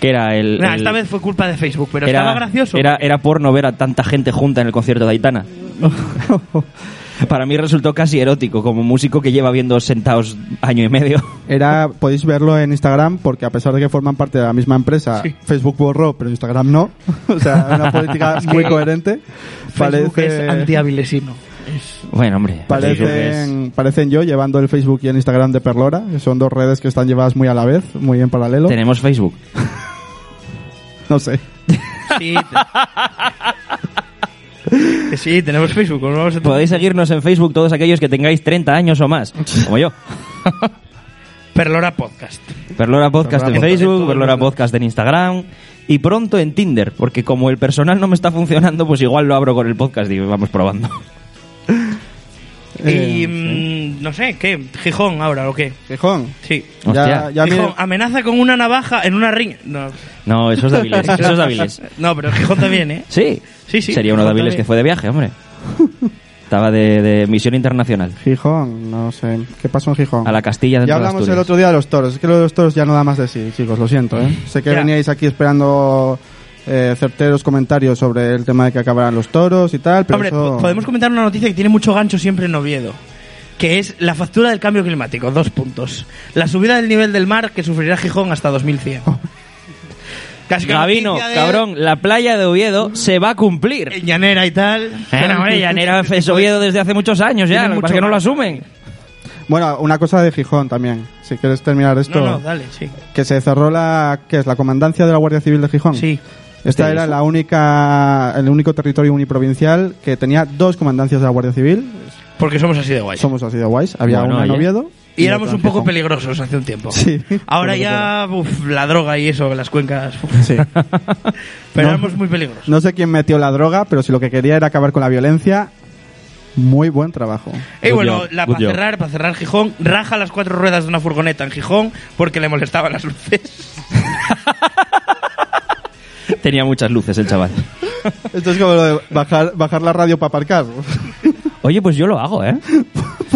B: Que era el.
D: Nah,
B: el-
D: esta vez fue culpa de Facebook, pero
B: era,
D: estaba gracioso.
B: Era, era porno ver a tanta gente junta en el concierto de
D: [laughs]
B: Aitana. Para mí resultó casi erótico, como músico que lleva viendo sentados año y medio.
C: era podéis verlo en Instagram porque a pesar de que forman parte de la misma empresa, Facebook borró, pero Instagram no. O sea, una
B: [laughs]
C: política muy coherente.
D: Facebook es antiavilesino.
B: Bueno, hombre. Facebook es-
C: Parecen, parecen yo llevando el Facebook y el Instagram de Perlora, que son dos redes que están llevadas muy a la vez, muy en paralelo.
B: Tenemos Facebook.
C: No sé.
B: [laughs]
D: Sí, te- Que sí, tenemos Facebook. ¿cómo vamos a tener?
B: Podéis seguirnos en Facebook todos aquellos que tengáis 30 años o más, como yo.
D: Perlora Podcast.
B: Perlora Podcast en
C: Perlora Podcast.
B: Facebook, Perlora Podcast en Instagram y pronto en Tinder, porque como el personal no me está funcionando, pues igual lo abro con el podcast y vamos probando.
C: Eh,
D: y mm, no sé, ¿qué? ¿Gijón ahora o qué?
C: Gijón.
D: Sí.
C: Ya,
B: Hostia.
C: ya
D: Gijón,
C: mire-
D: amenaza con una navaja en una riña. No,
B: No, eso es de Avilés, eso es de Avilés.
D: [laughs] no pero Gijón también, ¿eh?
B: Sí,
D: Sí, sí,
B: Sería uno de
D: Gijón
B: Avilés
D: también.
B: que fue de viaje, hombre. Estaba de, de misión internacional.
C: Gijón, no sé. ¿Qué pasó en Gijón?
B: A la
C: ya
B: Castilla dentro de
C: hablamos
B: Asturias.
C: el otro día de los toros. Es que lo de los toros ya no da más de sí, chicos. Lo siento, ¿eh? Sé que
D: Ya.
C: veníais aquí esperando eh, certeros comentarios sobre el tema de que acabarán los toros y tal, pero
D: Hombre,
C: eso-
D: po- podemos comentar una noticia que tiene mucho gancho siempre en Oviedo, que es la factura del cambio climático, dos puntos. La subida del nivel del mar que sufrirá Gijón hasta 2100.
C: Oh.
D: Casi que
B: Gabino,
D: noticia de- Eh,
B: cabrón, la playa de Oviedo se va a
D: En
B: cumplir.
D: Llanera y tal.
B: Bueno, Eh, hombre, ya
D: [laughs]
B: era es Oviedo desde hace muchos años ya,
D: Tiene
B: lo que
D: mucho
B: pasa es que no lo
D: más.
B: asumen.
C: Bueno, una cosa de Gijón también. Si quieres terminar esto.
D: No, no, dale, sí.
C: Que se cerró la... ¿Qué es? ¿La comandancia de la Guardia Civil de Gijón?
D: Sí.
C: Esta era la única, el único territorio uniprovincial que tenía dos comandancias de la Guardia Civil.
D: Porque somos así de guay.
C: Somos así de guays. Había
B: Bueno,
C: una en
B: oye.
C: Oviedo.
D: Y
C: otra
D: éramos
C: en
D: un poco
C: Gijón.
D: peligrosos hace un tiempo.
C: Sí.
B: [laughs]
D: Ahora
C: Bueno,
D: ya, uf, la droga y eso, las cuencas. uf,
C: Sí.
D: [laughs]
C: No.
D: pero éramos muy peligrosos.
C: No sé quién metió la droga, pero si lo que quería era acabar con la violencia, muy buen trabajo.
D: Y
B: Good
D: bueno,
B: job,
D: la,
B: good
D: para
B: job.
D: cerrar, para cerrar Gijón, raja las cuatro ruedas de una furgoneta en Gijón porque le molestaban las luces.
B: Tenía muchas luces el chaval.
C: Esto es como lo de bajar, bajar la radio para [laughs] aparcar.
B: Oye, pues yo lo hago, ¿eh.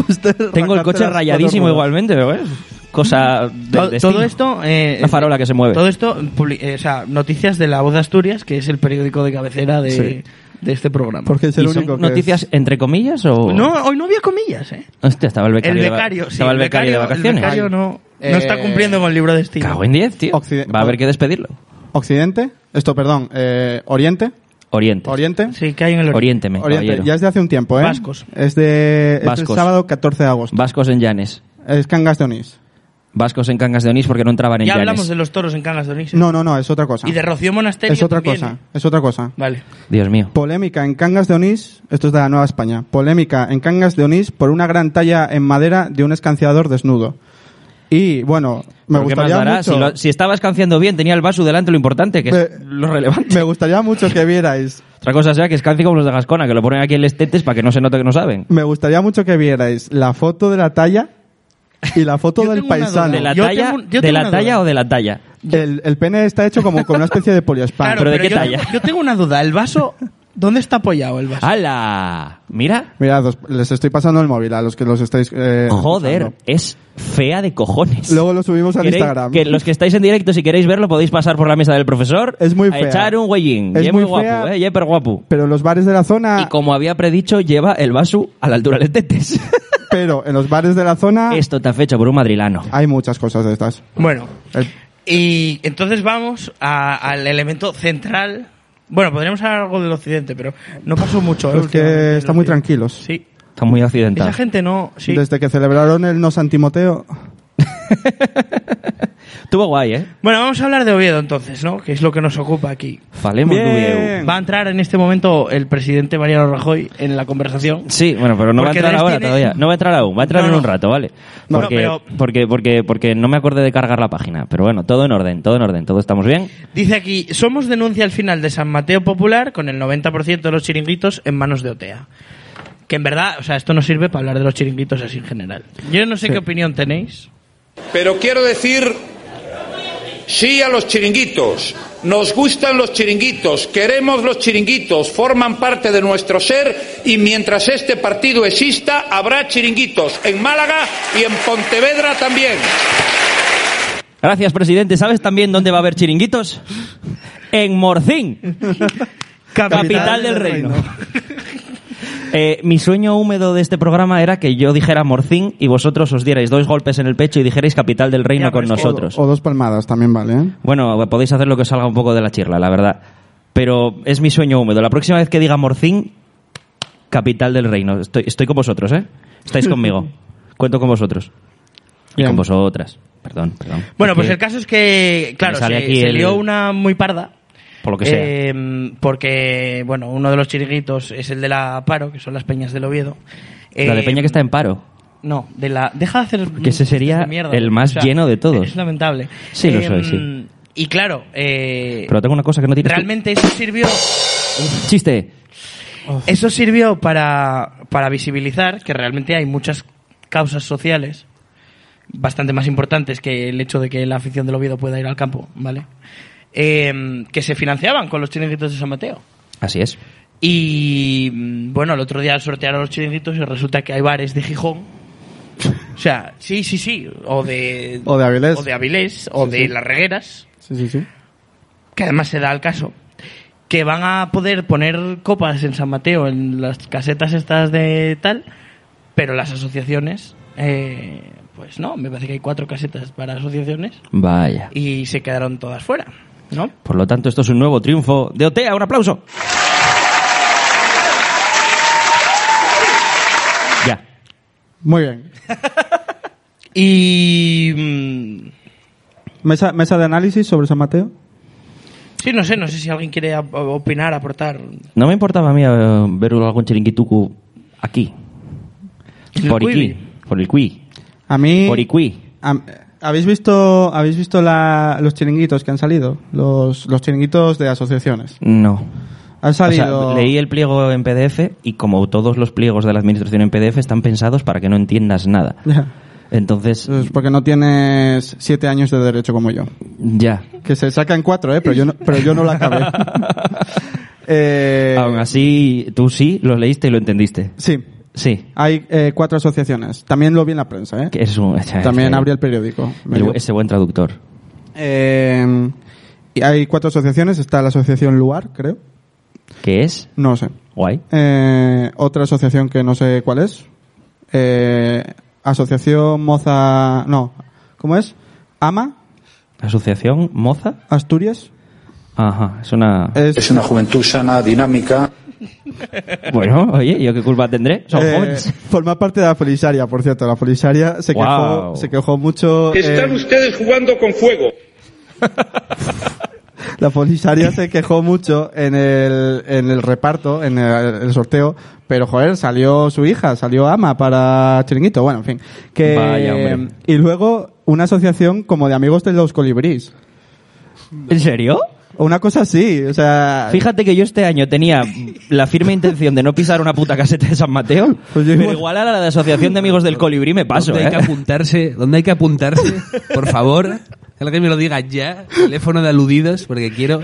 C: Pues te-
B: Tengo el
C: rajarte
B: coche
C: las
B: rayadísimo
C: cuatro ruedas.
B: igualmente, pero bueno, cosa
D: To-
B: del
D: Todo,
B: destino.
D: esto. eh,
B: Una farola que se mueve.
D: Todo esto, publi- eh, o sea, noticias de La Voz de Asturias, que es el periódico de cabecera de,
C: Sí.
D: de este programa.
C: Porque es
B: ¿Y
C: el
B: son
C: único que
B: noticias entre comillas o
D: No, hoy no había comillas, ¿eh?
B: Hostia, estaba el becario,
D: el
B: de va-
D: becario, sí,
B: estaba el becario, de vacaciones.
D: El becario no, no
C: Eh,
D: está cumpliendo con el libro de estilo.
B: Cago en 10, tío.
C: Occiden-
B: Va a haber que despedirlo.
C: es Occidente, esto, perdón, eh, Oriente,
B: Oriente.
C: Oriente,
D: Sí, que hay en el
B: Oriénteme,
C: Oriente,
B: caballero.
C: ya es de hace un tiempo, ¿eh?
D: Vascos.
C: Es de es el
B: Vascos.
C: sábado 14 de agosto.
B: Vascos en Llanes.
C: Es Cangas de Onís.
B: Vascos en Cangas de Onís porque no entraban en
D: Ya
B: Llanes.
D: hablamos de los toros en Cangas de Onís.
C: No, no, no, es otra cosa.
D: Y de Rocío Monasterio.
C: es otra
D: también.
B: ¿eh?
D: ¿eh?
C: cosa, es otra cosa.
D: Vale.
B: Dios mío.
C: Pues, Polémica en Cangas de Onís, esto es de la Nueva España, polémica en Cangas de Onís por una gran talla en madera de un escanciador desnudo. Y bueno, me
B: ¿Pero ¿Qué más
C: gustaría,
B: dará?
C: mucho,
B: Si, lo- si estabas canciando bien, tenía el vaso delante lo importante, que es
C: Me-
B: lo
C: [laughs]
B: relevante.
C: me gustaría mucho que vierais,
B: Otra cosa sea que es canci como los de Gascona, que lo ponen aquí en les tetes para que no se note que no saben.
C: me gustaría mucho que vierais la foto de la talla y la foto
D: Yo
C: del
D: tengo una
C: paisano.
D: duda.
B: ¿De la
D: Yo
B: talla,
D: tengo- yo
B: de
D: tengo
B: la
D: una
B: talla
D: duda.
B: o de la talla?
C: El, el pene está hecho como con una especie de poliespan.
D: Claro,
B: ¿pero de qué
D: yo
B: talla? Ah.
D: Tengo, yo tengo una duda.
C: [laughs]
D: ¿El vaso. ¿Dónde está apoyado el vaso?
B: ¡Hala! Mira.
C: Mirad, os- les estoy pasando el móvil a los que los estáis. eh,
B: Joder,
C: escuchando.
B: es fea de cojones.
C: Luego lo subimos al
B: ¿Queréis-
C: Instagram.
B: Que los que estáis en directo, si queréis verlo, podéis pasar por la mesa del profesor.
C: Es muy
B: a
C: fea.
B: echar un güeyín.
C: Es
B: Y es muy,
C: muy
B: guapo,
C: fea. Ah.
B: eh. Y hiper guapo.
C: Pero los bares de la
B: Y
C: zona.
B: como había predicho, lleva el vaso a la altura de tetes.
C: Pero en los bares de la
D: Ah.
C: zona
B: Esto está fecho por un madrilano.
C: hay muchas cosas de estas.
D: Bueno.
C: El-
D: Y entonces vamos a- al elemento central. Bueno, podríamos hablar algo del occidente, pero no pasó mucho. ¿eh?
C: Los que
D: últimamente
C: están muy
D: del occidente.
C: tranquilos.
D: Sí.
B: Está muy
D: Esa
B: accidentado.
D: gente no. Sí.
C: Desde que celebraron el No San Timoteo.
B: Estuvo guay, ¿eh?
D: Bueno, vamos a hablar de Oviedo entonces, ¿no? Que es lo que nos ocupa aquí.
B: Falemos
C: Bien.
B: de
D: Va a entrar en este momento el presidente Mariano Rajoy en la conversación.
B: Sí, bueno, pero no
D: Porque
B: va a entrar
D: Dres
B: ahora
D: tiene-
B: todavía. No va a entrar aún, va a entrar
D: No,
B: en
D: no.
B: un rato, ¿vale?
D: No,
B: porque,
D: pero-
B: porque, porque, porque no me acordé de cargar la página. Pero bueno, todo en orden, todo en orden, todo estamos bien.
D: Dice aquí, Somos denuncia al final de San Mateo Popular con el 90% de los chiringuitos en manos de OTEA. Que en verdad, o sea, esto no sirve para hablar de los chiringuitos así en general. Yo no sé qué opinión tenéis.
I: Pero quiero decir sí a los chiringuitos. Nos gustan los chiringuitos, queremos los chiringuitos, forman parte de nuestro ser y mientras este partido exista habrá chiringuitos en Málaga y en Pontevedra también.
B: Gracias, presidente. ¿Sabes también dónde va a haber chiringuitos? En Morcín, capital del reino. [laughs] Eh, mi sueño húmedo de este programa era que yo dijera Morcín y vosotros os dierais dos golpes en el pecho y dijerais capital del reino
D: Ya, pero
B: con
D: es que-
B: nosotros.
C: O, o dos palmadas también vale, ¿eh?
B: Bueno, podéis hacer lo que os salga un poco de la chirla, la verdad. Pero es mi sueño húmedo. La próxima vez que diga Morcín, capital del reino. Estoy, estoy con vosotros, ¿eh? Estáis
D: [laughs]
B: conmigo. Cuento con vosotros. Y
C: Bien.
B: con vosotras. Perdón, perdón.
D: Bueno,
B: Porque,
D: pues el caso es que, claro,
B: Me sale
D: se,
B: aquí
D: se
B: el-
D: lió una muy parda.
B: Por lo que sea.
D: pues, Eh, porque, bueno, uno de los chiringuitos es el de la Paro, que son las peñas del Oviedo.
B: La de
D: Eh,
B: Peña que está en paro.
D: No, de la. Deja de hacer.
B: Que ese sería
D: de mierda.
B: el más lleno de todos.
D: Es lamentable.
B: Sí, lo soy,
D: Em,
B: sí.
D: Y claro, eh,
B: Pero tengo una cosa que no tiene.
D: realmente eso sirvió.
B: Chiste.
D: Eso sirvió para, para visibilizar que realmente hay muchas causas sociales bastante más importantes que el hecho de que la afición del Oviedo pueda ir al campo, ¿vale? Em, que se financiaban con los chiringuitos de San Mateo.
B: Así es.
D: Y mm, bueno, el otro día sortearon los chiringuitos y resulta que hay bares de Gijón. O sea, sí, sí, sí. O de,
C: O de Avilés.
D: O de Avilés, o
C: Sí,
D: de
C: sí.
D: Las Regueras,
C: Sí, sí, sí.
D: que además se da el caso. Que van a poder poner copas en San Mateo, en las casetas estas de tal, pero las asociaciones, eh, pues no, me parece que hay cuatro casetas para asociaciones
B: Vaya.
D: y se quedaron todas fuera, ¿no?
B: Por lo tanto, esto es un nuevo triunfo de Otea. Un aplauso. Ya.
C: Muy bien.
D: Y... mm,
C: Mesa, mesa de análisis sobre San Mateo.
D: Sí, no sé, no sé si alguien quiere ap- opinar, aportar.
B: No me importaba a mí eh, ver algún chiringuituku aquí.
D: En el
B: Por aquí.
D: Quibi.
B: Por el cuí.
C: A mí.
B: Por Icuí.
C: Am- ¿Habéis visto, habéis visto la- los chiringuitos que han salido? Los, los chiringuitos de asociaciones.
B: No.
C: Han
B: O sea,
C: salido. [laughs]
B: leí el pliego en PDF y como todos los pliegos de la administración en PDF están pensados para que no entiendas nada. Entonces,
C: Eso es Pues porque no tienes siete años de derecho como yo.
B: ya.
C: Que se sacan cuatro, ¿eh? Pero yo no, pero yo no la
B: [laughs]
C: acabé. Eh,
B: Aún así, tú sí lo leíste y lo entendiste.
C: Sí.
B: Sí.
C: Hay eh, cuatro asociaciones. También lo vi en la prensa, ¿eh?
B: Que es un-
C: También abrí el periódico. Me
B: El-
C: dio-
B: ese buen traductor.
C: Eh, y hay cuatro asociaciones. Está la asociación Luar, creo.
B: ¿Qué es?
C: No lo sé.
B: Guay.
C: Eh, otra asociación que no sé cuál es. Eh, asociación Moza. No. ¿Cómo es? AMA,
B: Asociación Moza.
C: Asturias.
B: Ajá, es una...
C: Es,
I: Es una juventud sana, dinámica.
B: [laughs] Bueno, oye, ¿yo qué culpa tendré? Son
C: eh,
B: jóvenes.
C: [laughs] Forma parte de la Polisaria, por cierto. La Polisaria se,
B: Guau.
C: quejó, se quejó mucho.
I: Están
C: eh,
I: ustedes jugando con fuego.
C: [laughs] La Polisaria se quejó mucho en el, en el reparto, en el, el sorteo, pero joder, salió su hija, salió Ama para Chiringuito, bueno, en fin. Que,
B: Vaya, hombre.
C: y luego una asociación como de amigos de los colibrís.
B: ¿En serio?
C: Una cosa así, o sea...
B: Fíjate que yo este año tenía la firme intención de no pisar una puta caseta de San Mateo,
C: Pues yo
B: pero
C: igual-
B: igual a la de Asociación de Amigos del Colibrí me paso,
E: ¿Dónde
B: ¿eh?
E: hay que apuntarse? ¿Dónde hay que apuntarse? Por favor, alguien me lo diga ya. Teléfono de aludidos, porque quiero,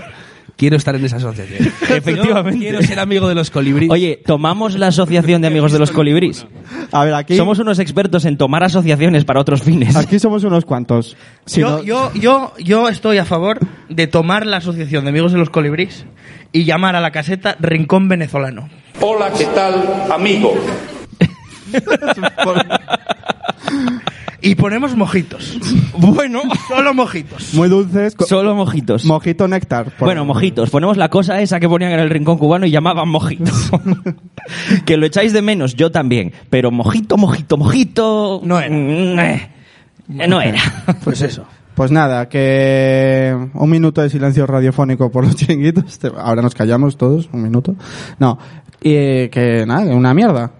E: quiero estar en esa asociación.
B: [laughs] Efectivamente.
E: Yo quiero ser amigo de los colibríes.
B: Oye, tomamos la Asociación de Amigos de los Colibrís.
C: A ver, aquí...
B: Somos unos expertos en tomar asociaciones para otros fines.
C: Aquí somos unos cuantos. Si
D: yo,
C: [laughs] no-
D: yo, yo, yo estoy a favor de tomar la asociación de amigos de los colibrís y llamar a la caseta Rincón Venezolano.
I: Hola, ¿qué tal, amigo?
D: Y ponemos [laughs] mojitos.
B: Bueno,
D: Solo mojitos.
C: Muy dulces. co-
B: solo mojitos.
C: Mojito néctar. por-
B: Pues- bueno, mojitos. Ponemos la cosa esa que ponían en el rincón cubano y llamaban mojitos.
C: [laughs]
B: que lo echáis de menos, yo también. Pero mojito, mojito, mojito.
D: No era.
B: mm, eh, eh, No era.
D: Pues eso.
C: Pues nada, que un minuto de silencio radiofónico por los [laughs] chiringuitos. Te- Ahora nos callamos todos, un minuto. No, y eh, que nada, que una mierda.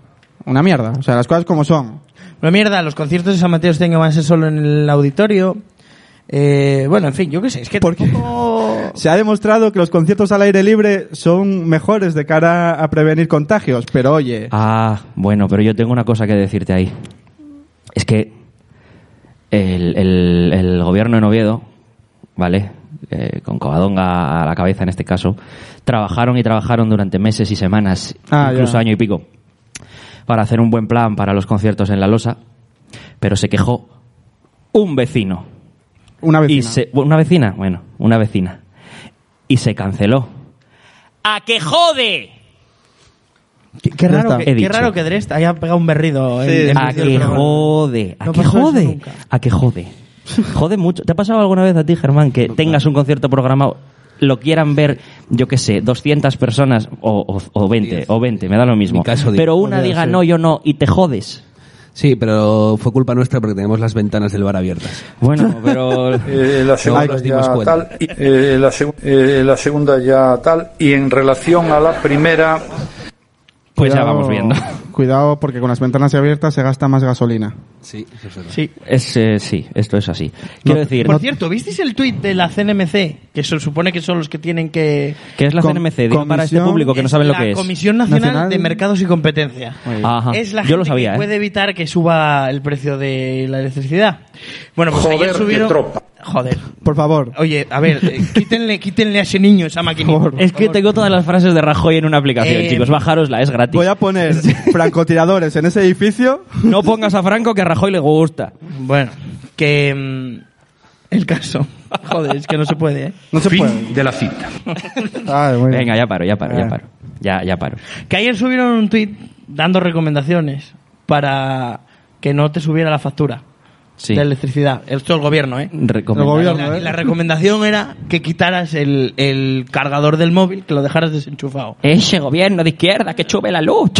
C: Una mierda. O sea, las cosas como son.
D: Una mierda, los conciertos de San Mateo este año van a ser solo en el auditorio. Eh, bueno, en fin, yo qué sé, es que
C: ¿Por qué? [laughs]
D: tampoco-
C: Se ha demostrado que los conciertos al aire libre son mejores de cara a prevenir contagios, pero oye,
B: Ah, bueno, pero yo tengo una cosa que decirte ahí. Es que el, el- el gobierno en Oviedo, ¿vale? Eh, con Covadonga a la cabeza en este caso, trabajaron y trabajaron durante meses y semanas,
C: Ah,
B: incluso
C: ya.
B: año y pico, para hacer un buen plan para los conciertos en La Losa, pero se quejó un vecino.
C: una
B: Y
C: vecina.
B: se- ¿Una vecina? Bueno, una vecina. Y se canceló. ¡A que jode!
D: Qué, qué
C: Ya
D: raro
C: está.
D: que,
B: He
D: qué
B: dicho.
D: raro que Drest haya pegado un berrido. en-
C: Sí,
D: en
B: A
D: medio del
B: que
D: programa.
B: jode, a
D: No
B: que
D: pasó eso
B: jode,
D: nunca.
B: a que
D: [laughs]
B: jode. Jode mucho. ¿Te ha pasado alguna vez a ti, Germán, que tengas un concierto programado, lo quieran ver, yo qué sé, 200 personas o, o, o 20, o 20, me da lo mismo.
E: mi caso,
B: Pero
E: diez.
B: una diga no, yo no, y te jodes.
E: Sí, pero fue culpa nuestra porque tenemos las ventanas del bar abiertas.
B: Bueno,
D: [laughs]
E: [laughs]
B: pero...
I: Eh, la segunda
E: nos dimos
I: ya
E: cuenta.
I: tal, y- eh, la, segu- eh, la segunda ya tal, y en relación a la primera,
B: Pues ya
C: Cuidado-
B: vamos viendo. [laughs]
C: Cuidado porque con las ventanas abiertas se gasta más gasolina.
E: Sí, eso es verdad.
D: Sí.
B: Es, eh, sí, esto es así. Quiero decir,
D: Por cierto, ¿visteis el tuit de la CNMC? Que se supone que son los que tienen que...
B: ¿qué es la
C: Com-
B: CNMC? Dilo para este
C: comisión-
B: público que no saben lo que
D: la
B: es.
D: Comisión Nacional,
C: Nacional.
D: de Mercados y Competencia.
C: bien.
B: Ajá.
D: Es la
B: Yo lo
D: gente
B: sabía,
D: que
B: ¿eh?
D: puede evitar que suba el precio de la electricidad. Bueno, pues
I: Joder,
D: ayer
I: qué
D: subieron...
I: tropa.
D: Joder.
C: Por favor.
D: Oye, a ver,
B: [laughs]
D: eh, quítenle, quítenle a ese niño esa maquinita.
C: Por
D: por
B: Es que
D: favor.
B: tengo todas las frases de Rajoy en una aplicación,
D: Eh,
B: chicos. Bajárosla, es gratis.
C: Voy a
B: [laughs]
C: poner francotiradores en ese edificio.
B: No pongas a Franco que a Rajoy le gusta.
D: Bueno, que... mm, el caso. Joder, es que no se puede,
B: [laughs]
D: ¿eh?
C: No se puede.
I: Fin de la cita.
C: Ah, bueno.
B: Venga, ya paro, ya paro, ya
C: Ah.
B: paro. Ya, ya paro.
D: Que ayer subieron un tuit dando recomendaciones para que no te subiera la factura
B: Sí. ¿eh?
D: de electricidad. Esto el gobierno, ¿eh?
B: Recomendado.
C: El
D: Y
C: gobierno.
D: la, y la recomendación era que quitaras el, el cargador del móvil, que lo dejaras desenchufado.
B: Ese gobierno de izquierda que chube la luz.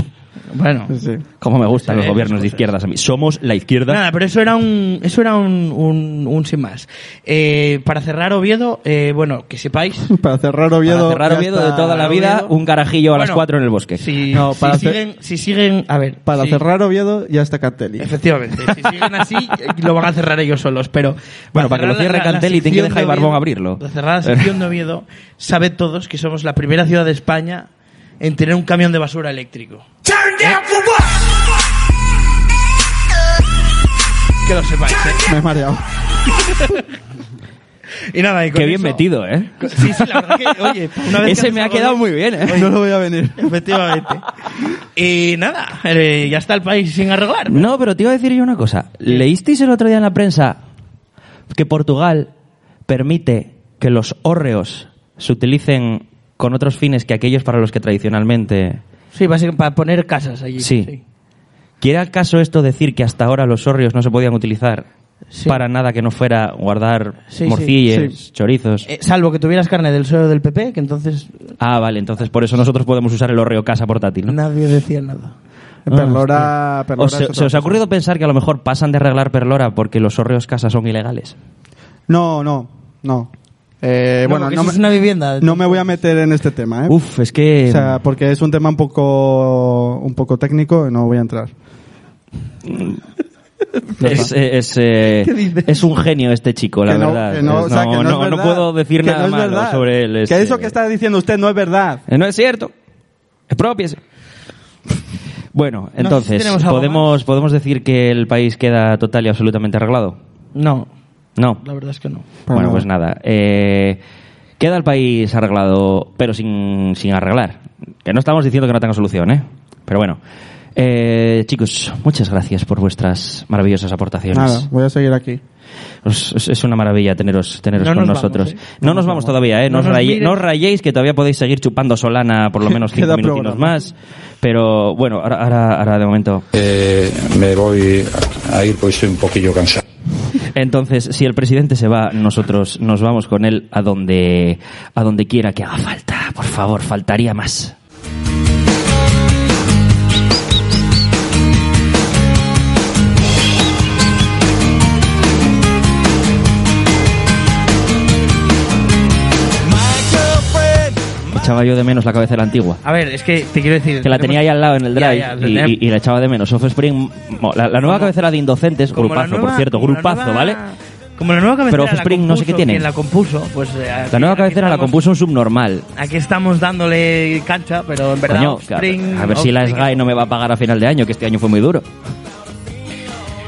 D: Bueno,
C: Sí.
B: Cómo me gustan los
D: Sí,
B: gobiernos
D: esas
B: de
D: cosas.
B: izquierdas a mí. Somos la izquierda.
D: nada, pero eso era un, eso era un, un- un sin más. Eh, para cerrar Oviedo, eh, bueno,
B: [laughs]
D: que sepáis.
C: [laughs] Para cerrar Oviedo.
B: Para cerrar
C: ya
B: Oviedo
C: está.
B: de toda la
D: Para
B: vida,
D: Oviedo.
B: un carajillo a las
D: Bueno,
B: 4 en el bosque.
D: Si,
C: No,
D: si
C: para hacer-
D: siguen, si siguen, a ver,
C: Para
D: si-
C: cerrar Oviedo ya está
B: [laughs]
C: Catelli.
D: Efectivamente, si siguen así eh, lo van a cerrar ellos solos, pero
B: Bueno, para que lo
D: cerrar
B: cierre Cantelli, tiene que
D: sección
B: dejar
D: de
B: Barbón
D: Oviedo-
B: abrirlo.
D: Para cerrar la sección de Oviedo, sabe todos que somos la primera ciudad de España en tener un camión de basura eléctrico. Que lo sepáis.
C: [laughs]
D: ¿eh?
C: Me he mareado.
B: Ah,
D: Y nada, y con
B: Qué bien
D: eso-
B: metido, ¿eh?
D: Sí, sí, la verdad que, oye, una vez que
B: Ese
D: haces
B: me ha
D: algo
B: quedado
D: bien-
B: muy bien, ¿eh?
C: No lo voy a venir.
D: Efectivamente.
B: [laughs]
D: Y nada, eh, ya está el país sin arreglar.
B: No, pero te iba a decir yo una cosa. ¿Leísteis el otro día en la prensa que Portugal permite que los hórreos se utilicen con otros fines que aquellos para los que tradicionalmente...
D: Sí, va a ser para poner casas allí.
B: Sí. ¿Quiere acaso esto decir que hasta ahora los hórreos no se podían utilizar
D: Sí.
B: para nada que no fuera guardar
D: Sí, sí,
B: morcillas,
C: sí.
B: chorizos?
D: Eh, salvo que tuvieras carne del suelo del PP, que entonces
B: Ah, vale, entonces por eso nosotros podemos usar el hórreo casa portátil, ¿no?
D: nadie decía nada.
C: Perlora. Perlora
B: ¿O
C: es
B: se,
C: otra
B: se os ha
C: cosa.
B: ocurrido pensar que a lo mejor pasan de arreglar Perlora porque los hórreos casa son ilegales?
C: No, no, no. Eh,
D: No,
C: bueno,
D: porque
C: no
D: eso
C: me,
D: es una vivienda.
C: no me voy a meter en este tema, ¿eh?
B: Uf, eh. es que...
C: O sea, porque es un tema un poco, un poco técnico y no voy a entrar.
B: Es, eh, es,
C: [laughs]
B: eh, es un genio este chico, la
C: Que no-
B: verdad. eh,
C: que no, o sea, que no es
B: no
C: verdad.
B: puedo decir
C: Que no
B: nada
C: es
B: malo
C: verdad.
B: sobre él.
C: Que
B: este-
C: eso que está diciendo usted no es verdad.
B: Eh, No es cierto. Expropiese. Bueno,
D: si
B: entonces,
D: tenemos algo
B: ¿podemos, ¿podemos decir que el país queda total y absolutamente arreglado?
D: No,
B: No.
D: la verdad es que no.
C: Pues
B: Bueno,
C: no.
B: pues nada. Eh, queda el país arreglado, pero sin, sin arreglar. Que no estamos diciendo que no tenga solución, ¿eh? Pero bueno. Eh, chicos, muchas gracias por vuestras maravillosas aportaciones.
C: Nada, voy a seguir aquí.
B: Os- os- es una maravilla teneros, teneros
D: No
B: con
D: nos
B: nosotros.
D: vamos, ¿eh?
B: No, nos vamos todavía, ¿eh? No,
D: No
B: os
D: nos
B: raye-
D: miren.
B: no os rayéis, que todavía podéis seguir chupando solana
D: [laughs]
B: por lo menos cinco
C: Queda
B: minutinos
C: programa.
B: más. Pero bueno, ahora, ahora, ahora de momento.
I: Eh, me voy a ir porque estoy un poquillo cansado.
B: Entonces, si el presidente se va, nosotros nos vamos con él a donde, a donde quiera que haga falta. Por favor, faltaría más. Echaba yo de menos la cabecera antigua.
D: A ver, es que te quiero decir.
B: Que la tenía ahí al lado en el
D: Ya,
B: drive
D: ya,
B: y-
D: la-
B: y, y la echaba de menos. Offspring, mo- la, la nueva cabecera de Indocentes,
D: como la
B: grupazo,
D: nueva-
B: por cierto,
D: como la
B: grupazo,
D: nueva-
B: ¿vale?
D: Como la nueva cabecera.
B: Pero
D: la
B: Offspring no sé qué
D: compuso
B: tiene.
D: quien la compuso, pues. eh, aquí-
B: La nueva
D: aquí
B: cabecera la
D: estamos-
B: compuso un subnormal.
D: Aquí estamos dándole cancha, pero en verdad.
B: Coño,
D: Offspring-
B: a ver si la
D: Offspring-
B: SGAE no me va a pagar a final de año, que este año fue muy duro.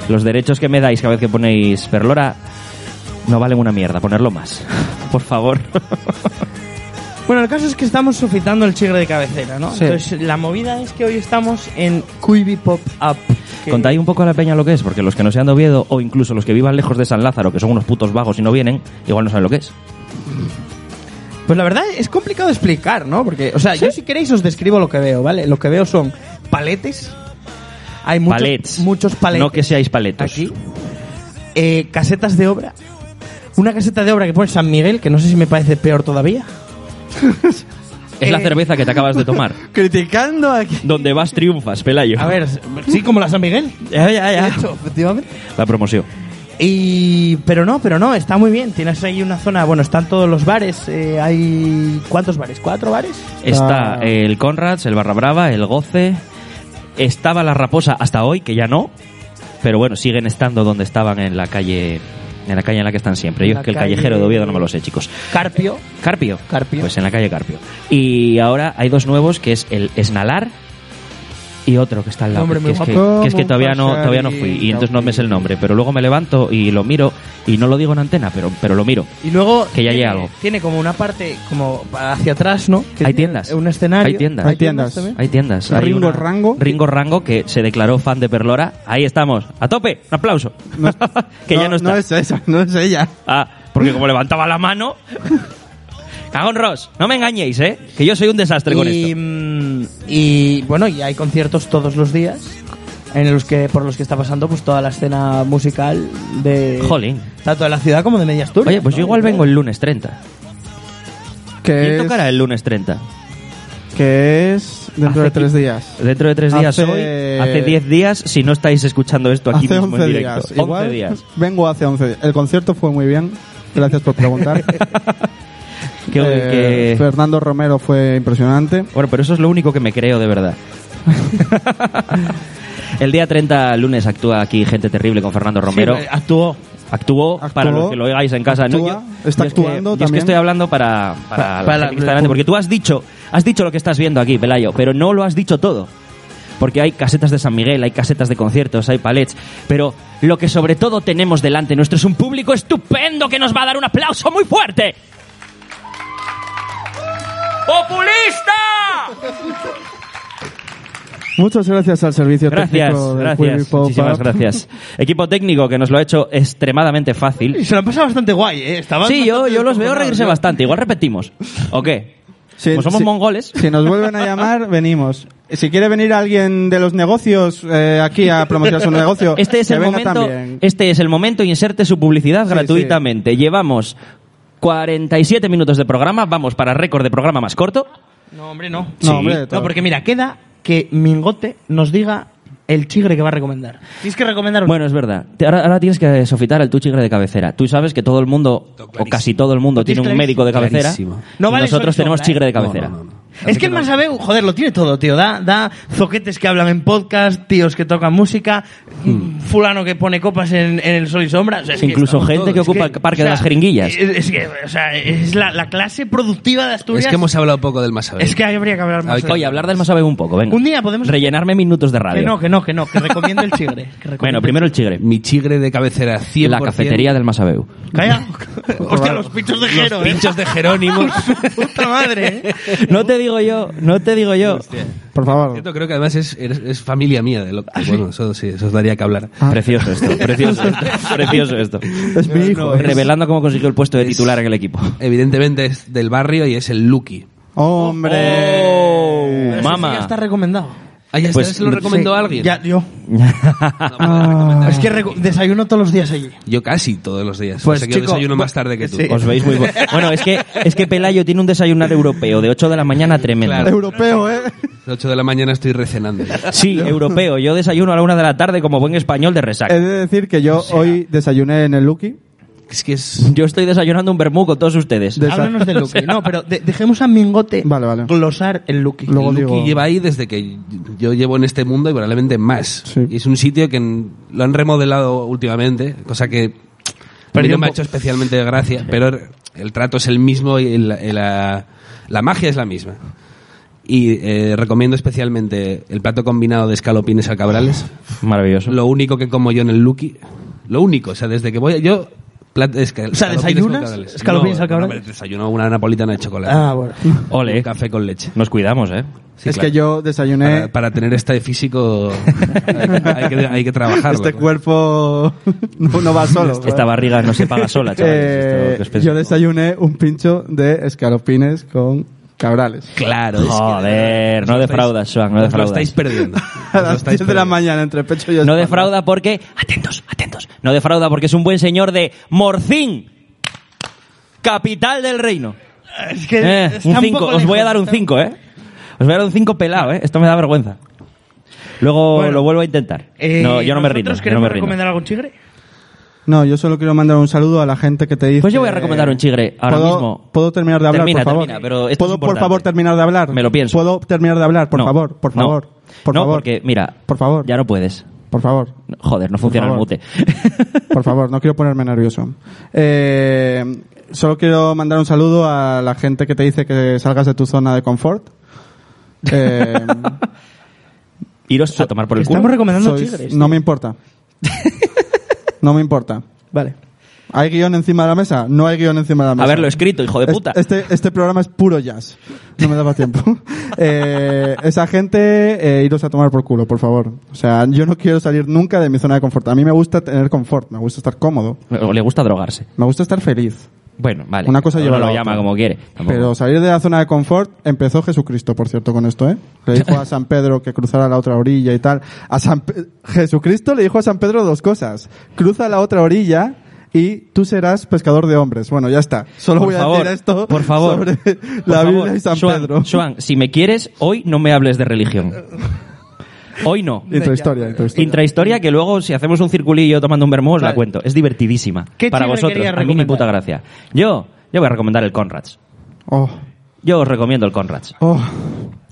B: Los derechos que me dais cada vez que ponéis Perlora no valen una mierda, ponerlo más. [laughs] Por favor.
D: Bueno, el caso es que estamos sofitando el chigre de cabecera, ¿no?
C: Sí.
D: Entonces, la movida es que hoy estamos en Cuibi Pop Up. que-
B: Contáis un poco a la peña lo que es, porque los que no sean de Oviedo o incluso los que vivan lejos de San Lázaro, que son unos putos vagos y no vienen, igual no saben lo que es.
D: Pues la verdad es complicado explicar, ¿no? Porque, o sea, yo si queréis os describo lo que veo, ¿vale? Lo que veo son paletes. Hay muchos
B: palets.
D: muchos paletes.
B: No que seáis paletos.
D: Aquí. Eh, casetas de obra. Una caseta de obra que pone San Miguel, que no sé si me parece peor todavía.
B: Es la
D: Eh.
B: cerveza que te acabas de
D: [laughs]
B: tomar.
C: Criticando aquí.
B: Donde vas triunfas, Pelayo.
D: A ver, sí, como la San Miguel.
B: Ya, ya, ya.
D: De hecho, efectivamente.
B: La promoción.
D: Y, pero no, pero no, está muy bien. Tienes ahí una zona, bueno, están todos los bares. eh, hay. ¿Cuántos bares? ¿Cuatro bares? Ah,
B: Está el Conrads, el Barra Brava, el Goce. Estaba la Raposa hasta hoy, que ya no. Pero bueno, siguen estando donde estaban en la calle. En la calle en la que están siempre. Yo
D: La
B: es que el
D: calle-
B: callejero de Oviedo no me lo sé, chicos.
D: Carpio.
B: Carpio.
D: Carpio.
B: Pues en la calle Carpio. Y ahora hay dos nuevos, que es el Esnalar y otro que está al lado.
D: Hombre,
B: que,
D: muy
B: es que,
C: guapo.
B: que es que todavía no,
C: Pasar
B: todavía no
C: y
B: fui. Y entonces no me sé el nombre. Pero luego me levanto y lo miro. Y no lo digo en antena, pero, pero lo miro.
D: Y luego.
B: Que ya
D: tiene-
B: llegue algo.
D: Tiene como una parte, como hacia atrás, ¿no? Que
B: Hay
D: tiene
B: tiendas.
D: Un escenario.
B: Hay tiendas.
C: Hay tiendas.
D: también.
B: Hay tiendas. Hay
C: Ringo Rango.
B: Ringo Rango, que se declaró fan de Perlora. Ahí estamos. A tope. Un aplauso. [laughs] que ya no está.
C: es esa, no es ella.
B: Ah, porque como levantaba la mano... [laughs] Cagón Ross, no me engañéis, ¿eh? Que yo soy un desastre con
D: y,
B: esto.
D: mm, y, bueno, y hay conciertos todos los días en los que por los que está pasando pues toda la escena musical de
B: Jolín.
D: tanto de la ciudad como de Medias Asturias.
B: Oye, pues yo
D: ¿no?
B: igual vengo el lunes 30.
C: Que
B: ¿Quién
C: es,
B: tocará el lunes 30?
C: que es dentro de
B: Hace-
C: tres días.
B: Dentro de tres días
C: Hace-
B: hoy, hace 10 días, si no estáis escuchando esto aquí
C: hace
B: mismo en
C: 11
B: directo.
C: días. Igual [laughs]
B: días.
C: vengo hace 11 días. El concierto fue muy bien. Gracias por
B: [laughs]
C: preguntar.
B: Que-
C: Eh,
B: que-
C: Fernando Romero fue impresionante.
B: Bueno, pero eso es lo único que me creo
C: [laughs]
B: de verdad. el día 30, lunes, actúa aquí Gente Terrible con Fernando
D: Sí,
B: Romero.
D: eh, actuó.
B: Actuó,
C: Actuó,
B: para los que lo oigáis en casa.
C: actúa, está
B: yo es que-
C: actuando
B: yo es que
C: también.
B: estoy hablando para, para, la
D: para
B: gente
D: la-
B: que está delante, porque tú has dicho, has dicho lo que estás viendo aquí, Pelayo, pero no lo has dicho todo. Porque hay casetas de San Miguel, hay casetas de conciertos, hay palets, pero lo que sobre todo tenemos delante nuestro es un público estupendo que nos va a dar un aplauso muy fuerte. ¡Populista!
C: Muchas gracias al servicio
B: Gracias,
C: técnico del Quibi
B: gracias,
C: Pop
B: muchísimas
C: Up. [laughs]
B: gracias. Equipo técnico que nos lo ha hecho extremadamente
D: Y
B: fácil.
D: se lo han pasado bastante guay, ¿eh? Estaban
B: Sí, yo,
D: bastante
B: yo los veo reírse
D: descojonados,
B: bastante. Igual repetimos. ¿O
C: [laughs]
B: qué?
C: Si-
B: Como somos
C: si-
B: mongoles.
C: Si nos vuelven a
B: [laughs]
C: llamar, venimos. Si quiere venir alguien de los negocios eh, aquí a promocionar su negocio,
B: Este es
C: que
B: el
C: venga
B: momento.
C: también.
B: Este es el momento. Inserte su publicidad
C: Sí,
B: gratuitamente. Llevamos 47 minutos de programa. Vamos para récord de programa más corto.
D: ¿no? No, hombre, no.
C: No, hombre, todo.
D: No, porque mira, queda que Mingote nos diga el chigre que va a recomendar. Tienes que recomendar un
B: Bueno, es verdad. Te- Ahora, ahora tienes que sofitar el tu chigre de cabecera. Tú sabes que todo el mundo, o
E: clarísimo.
B: casi todo el mundo, tiene un
D: tienes
B: médico de cabecera.
E: clarísimo.
D: No
B: Y
D: vale
B: nosotros
D: sol y
B: tenemos
D: sombra,
B: chigre de
D: ¿eh?
B: cabecera.
E: No, no, no.
D: Es que el Masabeu, joder, lo tiene todo, tío. Da, da zoquetes que hablan en podcast, tíos que tocan música,
B: Hmm.
D: mm, fulano que pone copas en, en el sol y sombra. O sea, es que
B: Incluso
D: estamos
B: gente
D: todos.
B: que
D: Es
B: ocupa el parque de las jeringuillas.
D: Es, es que, o sea, es la, la clase productiva de Asturias.
E: Es que hemos hablado poco del más saber.
B: eh.
D: Es que habría que hablar más.
E: Hay-
D: de-
B: Oye, hablar del Masabe un poco, venga.
D: Un día podemos-
B: Rellenarme minutos de radio.
D: Que no, que no, que no, que recomiendo el chigre. que recomiendo
B: Bueno,
D: el
B: primero el chigre.
E: Mi chigre de cabecera 100%.
B: La cafetería del Masabeu.
D: chigre. Calla. [laughs] Hostia, los pinchos de Jero,
E: Los
D: eh.
E: pinchos de Jerónimo.
D: Puta madre, eh.
B: No te digo yo, no te digo yo.
C: Por favor.
E: Cierto, creo que además es, es, es familia mía. De lo,
D: ¿Ah,
E: bueno, eso sí, eso os daría que hablar.
B: Ah. Precioso esto, precioso esto, precioso esto.
C: Es mi hijo.
E: No, es-
B: Revelando cómo consiguió el puesto de titular en el equipo.
E: Evidentemente es del barrio y es el Lucky.
C: Hombre.
B: Oh,
D: Eso ya
B: mama.
D: está recomendado.
E: Ah, ya está,
B: Pues,
E: ¿se lo recomendó a alguien?
D: Ya, yo.
E: No, pues, recomendar.
D: Es que reco- desayuno todos los días allí.
E: Yo casi todos los días.
D: Pues,
E: o sea que yo
D: chico,
E: desayuno más
D: pues,
E: tarde que tú.
D: sí.
B: [laughs] Os veis muy bu- Bueno, es que es que Pelayo tiene un desayunar europeo de 8 de la mañana tremendo.
E: Claro.
C: Europeo,
B: [laughs]
C: ¿eh?
E: A las 8 de la mañana estoy recenando.
B: Sí, europeo. Yo desayuno a la una de la tarde como buen español de
C: He
B: resaca.
C: de decir que yo hoy desayuné en el Lucky.
E: Es que es...
B: Yo estoy desayunando un vermú con todos ustedes.
C: De-
D: Háblanos del Lucky. No, pero de- dejemos a Mingote
C: Vale, vale.
D: glosar el Lucky.
C: Luego
E: el Lucky
C: digo-
E: lleva ahí desde que yo llevo en este mundo y probablemente más.
C: Sí.
E: Y es un sitio que en- lo han remodelado últimamente, cosa que a mí
D: Perdió
E: no
D: un
E: me ha
D: po-
E: hecho especialmente de gracia, pero el trato es el mismo y el- el- la, la magia es la misma. Y eh, recomiendo especialmente el plato combinado de escalopines al cabrales.
D: Pues
B: Maravilloso.
E: Lo único que como yo en el Lucky, lo único, o sea, desde que voy a- yo plat- esca-
D: O sea,
E: escalopines
D: ¿desayunas?
E: con cabrales.
D: ¿Escalopines
E: No,
D: al cabrales?
E: no, desayuno una napolitana de chocolate.
D: Ah, bueno.
B: Ole.
E: Un café con leche.
B: Nos cuidamos, ¿eh?
E: Sí,
C: es
E: claro.
C: que yo desayuné
E: Para, para tener este físico hay que, hay que, hay que trabajarlo.
C: este cuerpo [laughs] no, no va solo.
B: Esta barriga no se paga sola, chavales.
C: Eh,
B: Esto que os pensáis.
C: yo desayuné un pincho de escalopines con cabrales.
E: Claro. es que-
B: Joder, no
E: os lo
B: defraudas,
E: estáis-
B: Joan, no
E: os
B: defraudas.
E: Lo estáis perdiendo. Os
C: [laughs] A
E: lo
C: las
E: Ah,
C: 10
E: estáis
C: de la
E: perdiendo.
C: mañana entre pecho y
B: No
C: espalda.
B: defrauda porque... Atentos, atentos. No defrauda porque es un buen señor de Morcín, capital del reino.
D: Es que
B: Eh,
D: está
B: un
D: poco
B: 5. Os
D: lejos,
B: voy a dar un
D: está-
B: 5, ¿eh? Os voy a dar un 5 pelado, ¿eh? Esto me da vergüenza. Luego
D: Bueno.
B: lo vuelvo a intentar.
D: Eh,
B: no, yo no me rindo.
D: ¿nosotros
B: Yo no
D: queremos
B: me rindo.
D: recomendar algún chigre?
C: No, yo solo quiero mandar un saludo a la gente que te dice.
B: Pues yo voy a recomendar un chigre ahora
C: ¿Puedo,
B: mismo.
C: ¿Puedo terminar de hablar,
B: Termina,
C: por favor?
B: termina, pero esto
C: ¿Puedo,
B: es
C: por
B: importante.
C: favor, terminar de hablar?
B: Me lo pienso.
C: ¿Puedo terminar de hablar, por
B: No,
C: favor? Por
B: no.
C: favor. Por
B: no,
C: favor.
B: porque, mira,
C: Por favor.
B: ya no puedes.
C: Por favor.
B: Joder, no funciona el
C: favor.
B: mute. [laughs]
C: Por favor, no quiero ponerme nervioso. Eh, solo quiero mandar un saludo a la gente que te dice que salgas de tu zona de
B: [laughs]
C: confort. Eh,
B: Iros a tomar por el
D: Estamos
B: culo.
D: recomendando
C: sois-
D: chigres.
C: No me importa. No me importa.
D: Vale.
C: ¿Hay guión encima de la mesa? No hay guión encima de la mesa.
B: Haberlo escrito, hijo de
C: Es-
B: puta.
C: Este, este programa es puro jazz. No me daba tiempo.
B: [laughs]
C: Eh, esa gente, eh, iros a tomar por culo, por favor. O sea, yo no quiero salir nunca de mi zona de confort. A mí me gusta tener confort, me gusta estar cómodo,
B: O le gusta drogarse.
C: me gusta estar feliz.
B: Bueno, vale.
C: Una cosa
B: Uno
C: lleva a la
B: lo
C: otra.
B: llama como quiere. Tampoco.
C: Pero salir de la zona de confort empezó Jesucristo, por cierto, con esto, ¿eh? Le dijo a San Pedro que cruzara la otra orilla y tal. A San Pe- Jesucristo le dijo a San Pedro dos cosas. Cruza la otra orilla y tú serás pescador de hombres. Bueno, ya está. Solo
B: Por
C: voy
B: favor,
C: a decir esto
B: por favor,
C: sobre
B: por
C: la
B: favor.
C: Biblia y San
B: Joan,
C: Pedro.
B: Joan, si me quieres, hoy no me hables de religión. Hoy no.
C: Intrahistoria, intrahistoria.
B: Intrahistoria que luego, si hacemos un circulillo tomando un vermú, os la
D: Vale.
B: cuento. Es divertidísima.
D: ¿Qué
B: Para
D: chigre
B: vosotros,
D: querías
B: a mí ni
D: recomendar?
B: puta gracia. Yo, yo voy a recomendar el Conrads.
C: Oh,
B: Yo os recomiendo el Conrads.
C: oh.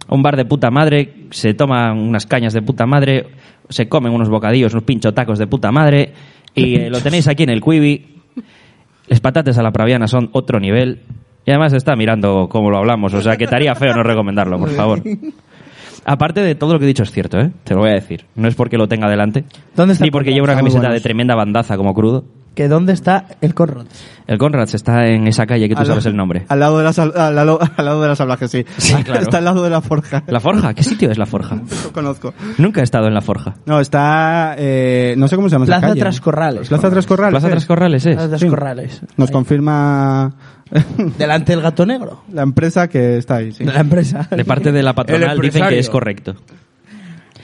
B: Un bar de puta madre, se toman unas cañas de puta madre, se comen unos bocadillos, unos pincho tacos de puta madre, y eh, lo tenéis aquí en el Quibi. Las patatas a la praviana son otro nivel. Y además está mirando cómo lo hablamos, o sea que estaría feo no recomendarlo, por favor. Aparte de todo lo que he dicho es cierto, ¿eh? Te lo voy a decir. No es porque lo tenga delante,
D: ¿Dónde está
B: ni
D: el
B: porque
D: Conrads?
B: llevo una
D: Está muy
B: camiseta
D: bueno
B: de
D: eso.
B: tremenda bandaza como crudo.
D: ¿Que dónde está el Conrad?
B: El Conrads está en esa calle que tú
C: Al-
B: sabes el nombre.
C: Al lado de las, al, al lado- al lado de las ablajes, sí.
B: Sí, claro.
C: Está al lado de la forja.
B: ¿La Forja? ¿Qué sitio es La Forja?
C: Lo conozco.
B: Nunca he estado en La Forja.
C: No, está... eh, no sé cómo se llama esa
D: Plaza
C: calle.
D: Tras Corrales.
C: Plaza Tras Corrales.
B: Plaza
C: ¿eh?
B: Tras Corrales es.
D: Las dos
C: Sí.
D: corrales.
C: Nos
D: Ahí.
C: confirma [laughs]
D: Delante del gato negro.
C: la empresa que está ahí, sí.
D: De la empresa.
B: De parte de la
D: El
B: patronal
D: empresario.
B: dicen que es correcto.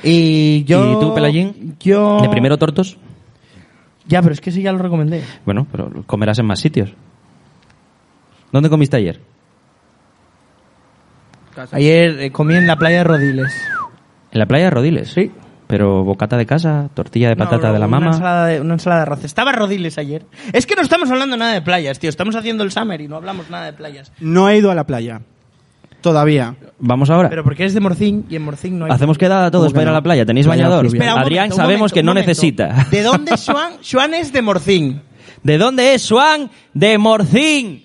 D: Y yo.
B: ¿Y tú, Pelagín?
D: Yo.
B: ¿De primero tortos?
D: Ya, pero es que ese ya lo recomendé.
B: Bueno, pero lo comerás en más sitios. ¿Dónde comiste ayer?
D: Ayer eh, comí en la playa de Rodiles.
B: ¿En la playa de Rodiles? Sí. Pero bocata de casa, tortilla de patata
D: No,
B: de la
D: Una
B: mama.
D: ensalada de, una ensalada de arroz. Estaba Rodiles ayer. Es que no estamos hablando nada de playas, tío. Estamos haciendo el summer y no hablamos nada de playas.
C: No he ido a la playa. Todavía.
B: Vamos ahora.
D: Pero porque eres de Morcín y en Morcín no hay.
B: Hacemos quedada todos
C: ¿Cómo que
B: para ir a
C: no?
B: la playa. ¿Tenéis
C: Playa
B: bañador?
C: fluvial.
D: Espera, un
B: Adrián
D: momento, un
B: sabemos
D: momento,
B: que
D: un
B: no
D: momento.
B: necesita.
D: ¿De dónde es Juan? Juan es de Morcín.
B: [laughs] ¿De dónde es Juan de Morcín?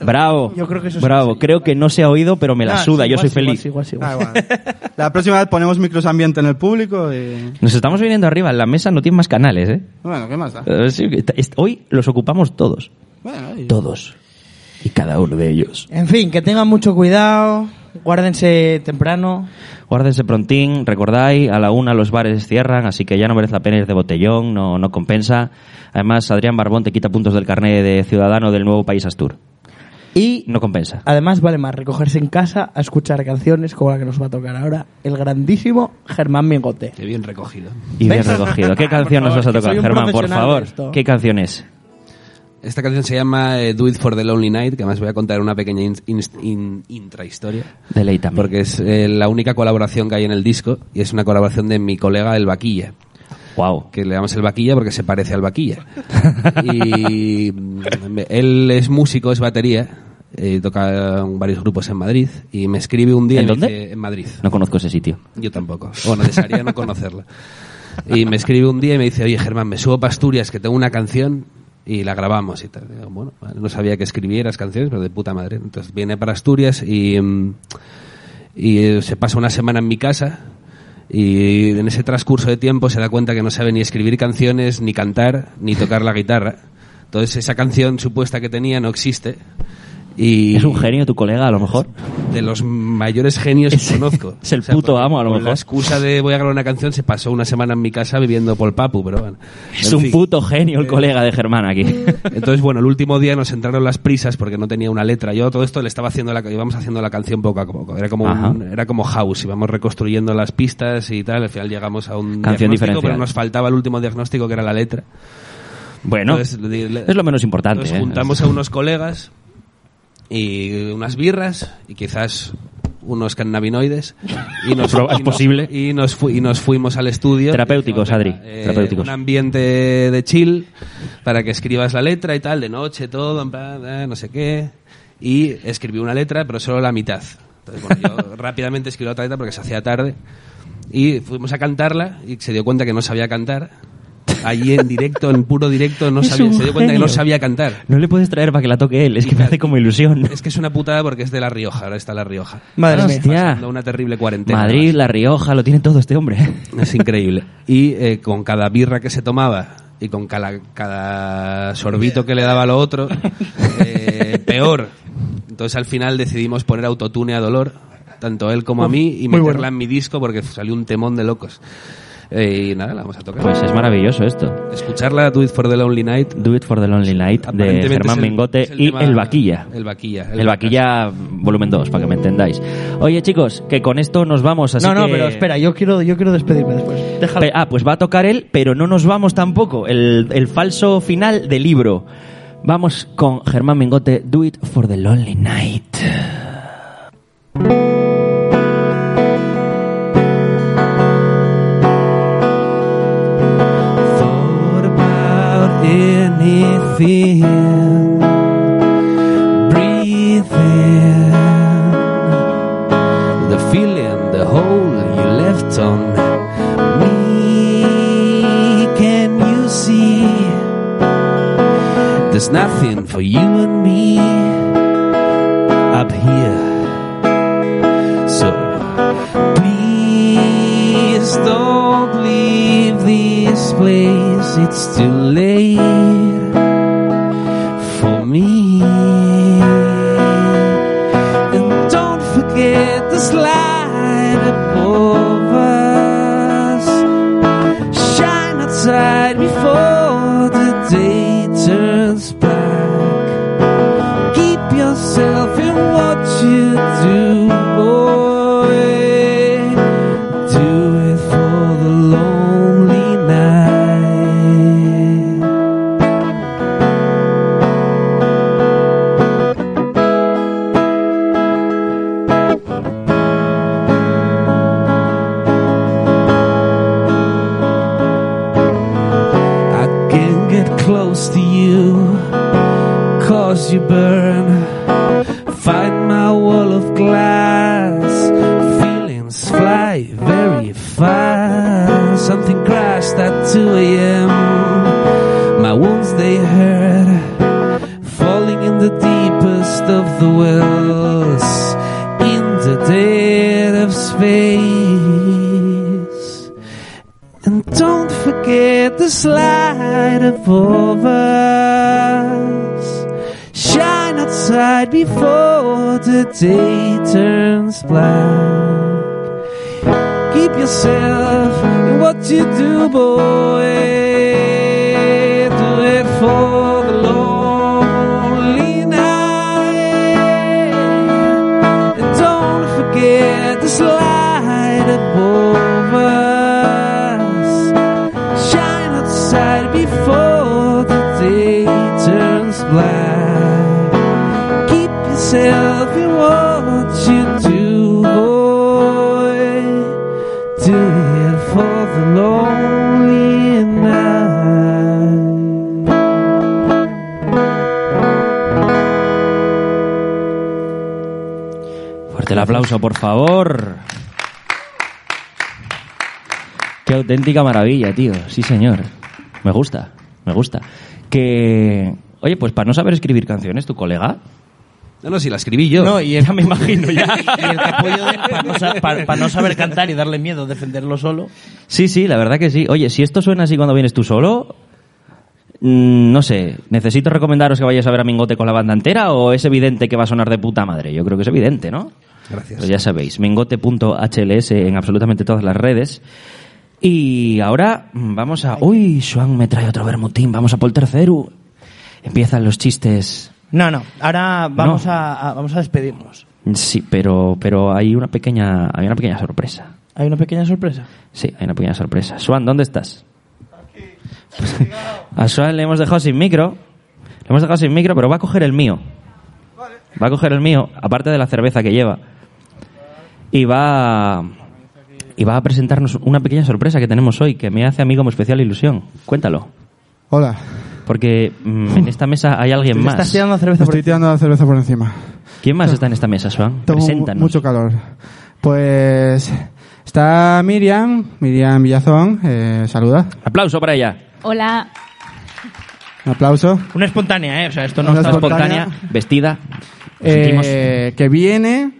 B: Bravo.
D: Yo creo que eso es
B: Bravo.
D: así.
B: Creo que no se ha oído, pero me la
D: Ah,
B: suda.
D: sí,
B: Yo
D: igual,
B: soy
D: sí,
B: feliz.
D: igual, sí, igual,
C: Da
D: sí,
C: igual.
D: igual.
C: Ah, La próxima vez ponemos micros ambiente en el público y...
B: Nos estamos viniendo arriba. La mesa no tiene más canales, ¿eh?
C: Bueno, ¿qué más da?
B: Eh, sí, que está- est- Hoy los ocupamos todos.
C: Bueno, y-
B: Todos. Y cada uno de ellos.
D: En fin, que tengan mucho cuidado. Guárdense temprano.
B: Guárdense prontín, recordáis, a la una los bares cierran, así que ya no merece la pena ir de botellón, no, no compensa. Además, Adrián Barbón te quita puntos del carnet de ciudadano del nuevo país Astur.
D: Y
B: No compensa.
D: además vale más recogerse en casa a escuchar canciones como la que nos va a tocar ahora el grandísimo Germán Mingote.
E: Qué bien recogido.
B: Y bien
D: ¿Ves?
B: recogido. ¿Qué
D: Por
B: canción nos
D: favor,
B: vas [laughs] a
D: que
B: tocar,
D: soy un
B: Germán? Por
D: profesional
B: favor.
D: de esto.
B: ¿Qué canción es?
E: Esta canción se llama eh, Do It for the Lonely Night, que además voy a contar una pequeña in- in- in- intrahistoria.
B: Deleítame.
E: Porque es eh, la única colaboración que hay en el disco y es una colaboración de mi colega el Vaquilla,
B: Wow.
E: que le llamamos el Vaquilla porque se parece
C: [laughs]
E: al Vaquilla. y mm, él es músico, es batería, eh, toca en varios grupos en Madrid y me escribe un día
B: ¿En
E: y me
B: dónde?
E: dice- en Madrid.
B: No conozco ese sitio.
E: Yo tampoco. Bueno, desearía no conocerla. Y me escribe un día y me dice, oye Germán, me subo para Asturias que tengo una canción y la grabamos y tal. Y digo, bueno, vale, no sabía que escribieras canciones, pero de puta madre. Entonces viene para Asturias y, mm, y eh, se pasa una semana en mi casa y en ese transcurso de tiempo se da cuenta que no sabe ni escribir canciones, ni cantar, ni tocar la guitarra. Entonces esa canción supuesta que tenía no existe. Y
B: Es un genio tu colega, a lo mejor.
E: de los mayores genios
B: Es-
E: que conozco.
B: [laughs] es el puto
E: porque
B: amo, a lo
E: con
B: mejor.
E: La excusa de voy a grabar una canción se pasó una semana en mi casa viviendo por Papu, pero bueno.
B: Es
E: En
B: un
E: fin.
B: puto genio el colega de Germán aquí. [laughs]
E: Entonces, bueno, el último día nos entraron las prisas porque no tenía una letra. Yo todo esto le estaba haciendo la, íbamos haciendo la canción poco a poco. Era como,
B: Ajá.
E: un- era como house, íbamos reconstruyendo las pistas y tal. Al final llegamos a un
B: Canción
E: diagnóstico,
B: diferencial.
E: pero nos faltaba el último diagnóstico que era la letra.
B: Bueno,
E: Entonces, le- le-
B: es lo menos importante.
E: Nos
B: ¿eh?
E: juntamos a unos colegas y unas birras y quizás
A: unos cannabinoides y
B: [laughs]
A: nos,
B: Proba- es
A: y no-
B: posible.
A: y nos, fu- y nos fuimos al estudio.
B: Terapéuticos, Adri,
A: Eh,
B: terapéuticos.
A: Un ambiente de chill para que escribas la letra y tal, de noche, todo, en plan, eh, no sé qué. Y escribí una letra, pero solo la mitad. Entonces, bueno, yo [laughs] rápidamente escribí la otra letra porque se hacía tarde. Y fuimos a cantarla y se dio cuenta que no sabía cantar. Allí en directo, en puro directo, no
B: Es
A: sabía,
B: un
A: se dio cuenta que
B: genio.
A: no sabía cantar.
B: No le puedes traer para que la toque él, es que me hace como ilusión.
A: Es que es una putada porque es de La Rioja, ahora está La Rioja.
D: Madre mía.
B: Hostia.
A: Pasando una terrible cuarentena.
B: Madrid, La Rioja, lo tiene todo este hombre.
A: Es increíble. Y eh, con cada birra que se tomaba y con cada, cada sorbito que le daba a lo
B: [laughs]
A: otro, eh, peor. Entonces al final decidimos poner autotune a dolor, tanto él como a mí, y
D: muy
A: meterla
D: bueno.
A: en mi disco porque salió un temón de locos. Eh, y nada, la vamos a tocar.
B: Pues es maravilloso esto.
A: Escucharla, Do It for the Lonely Night.
B: Do It for the Lonely Night de
A: aparentemente
B: Germán
A: es el-
B: Mingote
A: es el
B: y
A: tema-
B: El Vaquilla.
A: El Vaquilla.
B: El Vaquilla volumen 2, para que me entendáis. Oye, chicos, que con esto nos vamos, así
D: no, no,
B: que-
D: pero espera, yo quiero, yo quiero despedirme después. Déjalo.
B: Pe- Ah, pues va a tocar él, pero no nos vamos tampoco. El, el falso final del libro. Vamos con Germán Mingote, Do It for the Lonely Night.
A: thought about anything. Breathing the feeling, the hole you left on me. Can you see? There's nothing for you and me up here. So Please don't leave this place, it's too late for me. And don't forget the slide above us. Shine outside before the day turns black keep yourself in what you do, boy. Do it for the lonely night. I can get close to you cause you burn. Find my wall of glass. Feelings fly very fast. Something crashed at 2 a.m. My wounds they hurt. Falling in the deepest of the wells. In the dead of space. And don't forget the slide above us. Shine outside before the day turns black. Keep yourself in what you do, boy. Do it for the lonely night. And don't forget the slide above us shine outside before the day turns black. Keep yourself in what you do, boy. Do it for the lonely night.
B: Fuerte el aplauso, por favor. Qué auténtica maravilla, tío. Sí, señor. Me gusta, me gusta. Que. Oye, pues para no saber escribir canciones, tu colega.
A: No, no, si la escribí yo.
D: No, y el,
B: Ya me imagino, ya.
D: [laughs] y el capullo de él, para no, sa- para- para no saber cantar y darle miedo defenderlo solo.
B: Sí, sí, la verdad que sí. Oye, si esto suena así cuando vienes tú solo, mm, no sé, ¿necesito recomendaros que vayas a ver a Mingote con la banda entera o es evidente que va a sonar de puta madre? Yo creo que es evidente, ¿no?
A: Gracias.
B: Pero ya sabéis, mingote.hls en absolutamente todas las redes. Y ahora mm, vamos a... Uy, Joan me trae otro bermutín, vamos a por el tercero. Empiezan los chistes.
D: No, no. Ahora vamos,
B: No.
D: A, a- vamos a despedirnos.
B: Sí, pero, pero hay una pequeña, hay una pequeña sorpresa.
D: Hay una pequeña sorpresa.
B: Sí, hay una pequeña sorpresa. Swan, ¿dónde estás? [laughs] A Swan le hemos dejado sin micro. Le hemos dejado sin micro, pero va a coger el mío. Va a coger el mío, aparte de la cerveza que lleva. y va, y va a presentarnos una pequeña sorpresa que tenemos hoy que me hace a mí como especial ilusión. Cuéntalo.
C: Hola.
B: Porque mm, en esta mesa hay alguien
D: Te estás
B: más.
D: tirando la
C: Me
D: cerveza por
C: estoy tirando la cerveza por encima.
B: ¿Quién más está en esta mesa, Swan?
C: Tengo
B: Preséntanos.
C: mucho calor. Pues está Miriam, Miriam Villazón, eh, saluda.
B: Aplauso para ella.
J: Hola.
C: Un aplauso.
D: Una espontánea, ¿eh? O sea, esto no
C: Una
D: está...
B: Espontánea,
C: Espontánea.
B: vestida.
C: Ah.
B: Nos sentimos-
C: Eh, que viene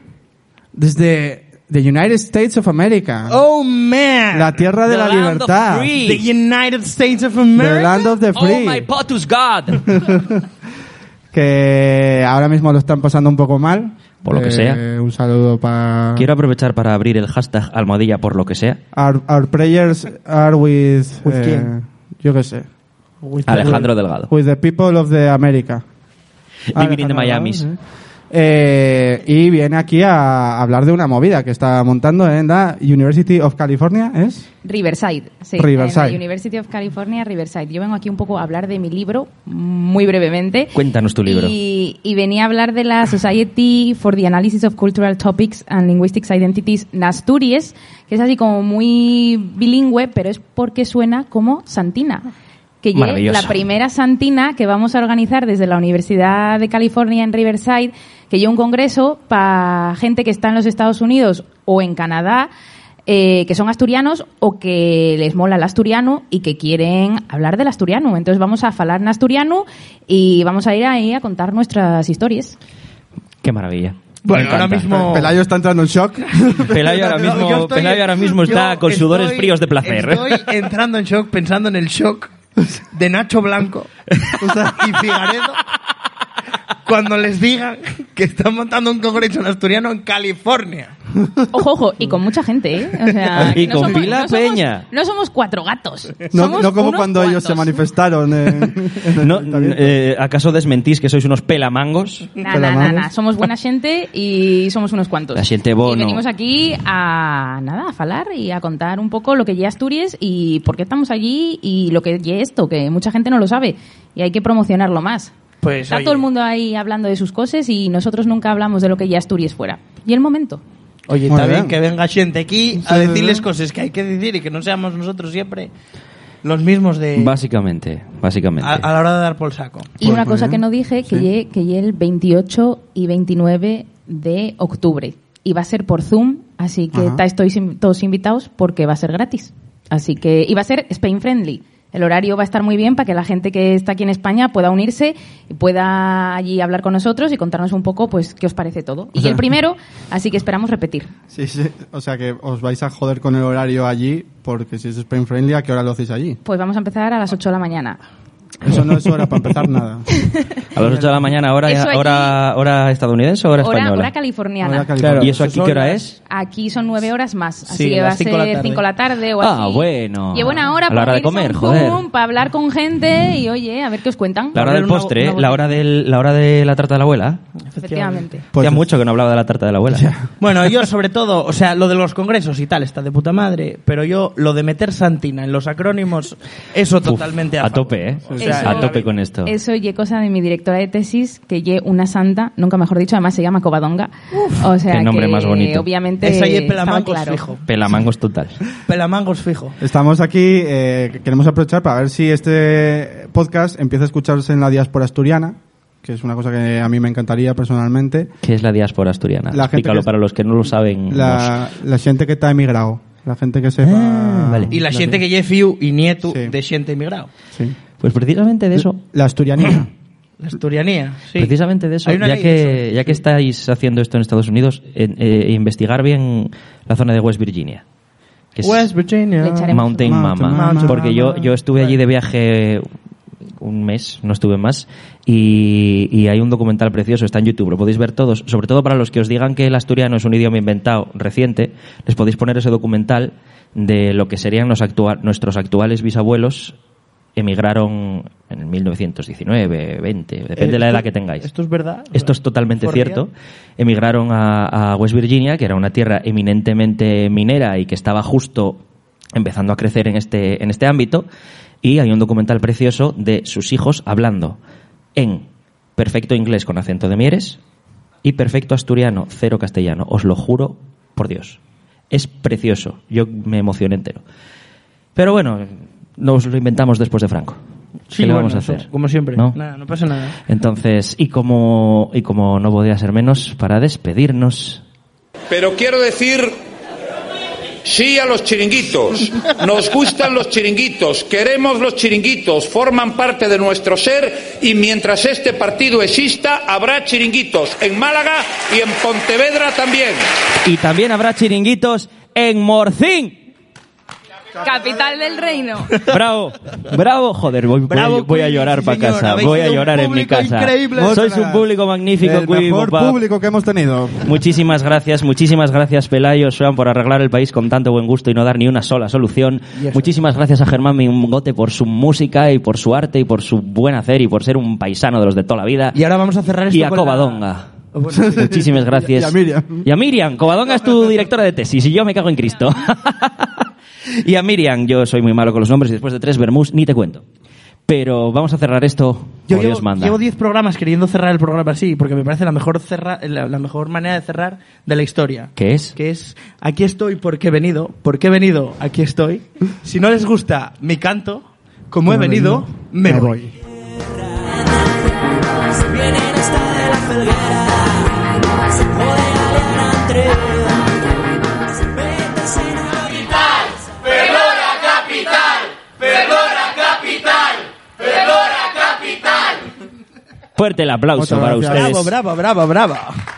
C: desde the United States of America.
D: ¡Oh, man!
C: La tierra de
B: The
C: la
B: land of
C: libertad.
B: free.
D: The United States of America.
C: The land of the free.
B: Oh, my potus God.
C: [laughs] que ahora mismo lo están pasando un poco mal. Eh,
B: Por lo que sea.
C: Un saludo para...
B: Quiero aprovechar para abrir el hashtag almohadilla por lo que sea.
C: Our, our prayers are with...
D: With
C: eh,
D: quién?
C: Yo qué sé.
B: Alejandro Delgado.
C: With the people of the America. Ah,
B: Living in the
C: Alejandro
B: Miamis.
D: ¿eh?
C: Delgado, sí. Eh, y viene aquí a hablar de una movida que está montando en la University of California, ¿es?
J: Riverside, sí.
C: Riverside.
J: en la University of California, Riverside. Yo vengo aquí un poco a hablar de mi libro, muy brevemente.
B: Cuéntanos tu libro.
J: Y, y venía a hablar de la Society for the Analysis of Cultural Topics and Linguistic Identities Nasturies, que es así como muy bilingüe, pero es porque suena como Santina. Que ya es
B: Maravilloso.
J: la primera Santina que vamos a organizar desde la Universidad de California en Riverside, que yo un congreso para gente que está en los Estados Unidos o en Canadá, eh, que son asturianos o que les mola el asturiano y que quieren hablar del asturiano. Entonces vamos a hablar en asturiano y vamos a ir ahí a contar nuestras historias.
B: Qué maravilla.
D: Bueno,
B: Me
D: ahora
B: encanta.
D: mismo...
C: Pelayo está entrando en shock. [laughs]
B: Pelayo ahora mismo,
D: [laughs] Yo estoy-
B: Pelayo ahora mismo está
D: yo
B: con sudores
D: estoy-
B: fríos de placer. ¿eh?
D: Estoy entrando en shock pensando en el shock de Nacho Blanco y Figaredo cuando les digan que están montando un congreso en asturiano en California.
J: Ojo, ojo, y con mucha gente, ¿eh? O sea,
B: Y
J: que
B: con pila peña.
J: no somos cuatro gatos.
C: No,
J: somos
C: no como
J: unos
C: cuando ellos se
J: cuantos.
C: manifestaron. en- en el
B: No,
C: ayuntamiento.
B: eh, ¿Acaso desmentís que sois unos pelamangos?
J: Na,
C: Te la
J: na, na,
C: mames.
J: na. Somos buena gente y somos unos cuantos.
B: La gente bono.
J: Y venimos aquí a nada, a falar y a contar un poco lo que ya Asturias y por qué estamos allí y lo que ya esto, que mucha gente no lo sabe y hay que promocionarlo más.
D: Pues
J: Está
D: oye,
J: todo el mundo ahí hablando de sus cosas y nosotros nunca hablamos de lo que ya Asturias fuera. Y el momento.
D: Oye, está
C: Muy
D: bien
C: bien.
D: que venga gente aquí a
C: Sí,
D: decirles
C: sí.
D: cosas que hay que decir y que no seamos nosotros siempre los mismos de
B: Básicamente, básicamente.
D: a, a la hora de dar por saco.
J: Y
C: Pues
J: una
C: muy
J: cosa
C: bien.
J: que no dije, que, lle- que lle el 28 y 29 de octubre. Y va a ser por Zoom, así que
C: Ajá.
J: ta- estoy sin- todos invitados porque va a ser gratis. Así que, y va a ser Spain friendly. El horario va a estar muy bien para que la gente que está aquí en España pueda unirse y pueda allí hablar con nosotros y contarnos un poco, pues, qué os parece todo. Y el primero, así que esperamos repetir.
C: Sí, sí. O sea que os vais a joder con el horario allí, porque si es Spain Friendly, ¿a qué hora lo hacéis allí?
J: Pues vamos a empezar a las 8 de la mañana.
C: Eso no es hora para
J: [laughs]
C: empezar nada.
B: A las 8 de la mañana, hora,
J: Eso allí-
B: hora, hora estadounidense o hora,
J: Hora,
B: española.
J: hora californiana.
C: Hora cali-
B: ¿Y eso
D: Claro,
B: aquí
D: eso
B: qué
D: son
B: hora
D: las-
B: es?
J: Aquí son nueve horas más, así
D: Sí,
J: que va
D: las
J: a
D: cinco de la
J: ser
D: tarde.
J: cinco de la tarde o
B: Ah,
J: así.
B: bueno.
J: Y buena hora
B: A la hora
J: para
B: de
J: irse a un
B: comer, joder.
J: Zoom, para hablar con gente y oye, a ver qué os cuentan.
B: La hora del
D: Abrir una-
B: postre,
D: una
B: ¿eh?
D: botella.
B: la hora del, la hora de la tarta de la abuela.
J: Efectivamente.
C: Pues
B: Hacía
C: es-
B: mucho que no hablaba de la tarta de la abuela.
D: Bueno, yo sobre todo, o sea, lo de los congresos y tal está de puta madre, pero yo lo de meter Santina en los acrónimos, eso
B: Uf,
D: totalmente a,
B: a
D: favor.
B: tope, ¿eh?
D: O sea,
J: Eso-
B: a tope con esto.
J: Eso y cosa de mi directora de tesis, que lle una santa, nunca mejor dicho, además se llama Covadonga. o sea
B: Qué nombre
J: que,
B: más bonito.
J: obviamente
D: Esa y
J: estaba
D: pelamangos
J: claro.
D: fijo.
B: Pelamangos total.
D: Pelamangos fijo.
C: Estamos aquí, eh, queremos aprovechar para ver si este podcast empieza a escucharse en la diáspora asturiana, que es una cosa que a mí me encantaría personalmente.
B: ¿Qué es la diáspora asturiana?
C: La gente
B: Explícalo
C: que es-
B: para los que no lo saben.
C: La, la gente que está emigrado, la gente que se va...
B: vale.
D: Y la gente que Jeffiu y Nietu
C: Sí.
D: de gente emigrado.
C: Sí.
B: Pues precisamente de eso.
C: La asturianía.
D: La asturianía, sí.
B: Precisamente de eso,
D: Hay una
B: ya
D: ley
B: que,
D: de eso.
B: ya que estáis haciendo esto en Estados Unidos, en- eh, investigar bien la zona de West Virginia. que es
D: West Virginia.
J: Le echaremos-
B: Mountain Mama.
C: Mountain Mama.
B: Porque yo, yo estuve allí de viaje un mes, no estuve más, y, y hay un documental precioso, está en YouTube, lo podéis ver todos. Sobre todo para los que os digan que el asturiano es un idioma inventado reciente, les podéis poner ese documental de lo que serían los actua- nuestros actuales bisabuelos emigraron en 1919, 20, depende
D: Eh,
B: de la edad que tengáis.
D: Esto es verdad.
B: Esto es totalmente
D: For
B: cierto. Emigraron a, a West Virginia, que era una tierra eminentemente minera y que estaba justo empezando a crecer en este, en este ámbito. Y hay un documental precioso de sus hijos hablando en perfecto inglés con acento de Mieres y perfecto asturiano, cero castellano. Os lo juro por Dios. Es precioso. Yo me emocioné entero. Pero bueno, nos lo inventamos después de Franco.
D: Sí,
B: ¿Qué le
D: bueno,
B: vamos a
D: eso,
B: hacer?
D: Como siempre.
B: ¿No?
D: Nada, no pasa nada.
B: Entonces, y como, y como no podía ser menos, para despedirnos,
I: Pero quiero decir sí a los chiringuitos. Nos gustan los chiringuitos, queremos los chiringuitos, forman parte de nuestro ser y mientras este partido exista habrá chiringuitos en Málaga y en Pontevedra también.
B: y también habrá chiringuitos en Morcín.
J: Capital del reino.
B: Bravo, bravo, joder, voy, voy a-
J: Bravo,
B: voy a llorar para casa, voy a llorar en mi casa. Sois un público magnífico,
C: El
B: Queen
C: mejor
B: Bob.
C: público que hemos tenido.
B: Muchísimas gracias, muchísimas gracias Pelayo, Joan, por arreglar el país con tanto buen gusto y no dar ni una sola solución. Muchísimas gracias a Germán Mingote por su música y por su arte y por su buen hacer y por ser un paisano de los de toda la vida.
D: Y ahora vamos a cerrar esto
B: Y a
D: con la- Oh,
B: Covadonga.
D: Bueno, sí.
B: Muchísimas gracias.
D: Y a Miriam.
B: Y a Miriam, Covadonga es tu directora de tesis y yo me cago en Cristo. [laughs] y a Miriam, yo soy muy malo con los nombres y después de tres vermús ni te cuento. Pero vamos a cerrar esto como
D: Yo
B: Dios
D: llevo
B: manda.
D: llevo 10 programas queriendo cerrar el programa así, porque me parece la mejor, cerra, la, la mejor manera de cerrar de la historia.
B: ¿Qué es?
D: Que es, aquí estoy porque he venido, porque he venido, aquí estoy. Si no les gusta mi canto, como he venido, me voy.
A: Se viene en esta de la felguera, se puede aliar entre se mete Capital, Ferrora Capital, Ferrora Capital, Ferrora Capital.
B: Fuerte el aplauso
D: Muchas
B: para
D: gracias.
B: ustedes.
D: Bravo, bravo, bravo, bravo.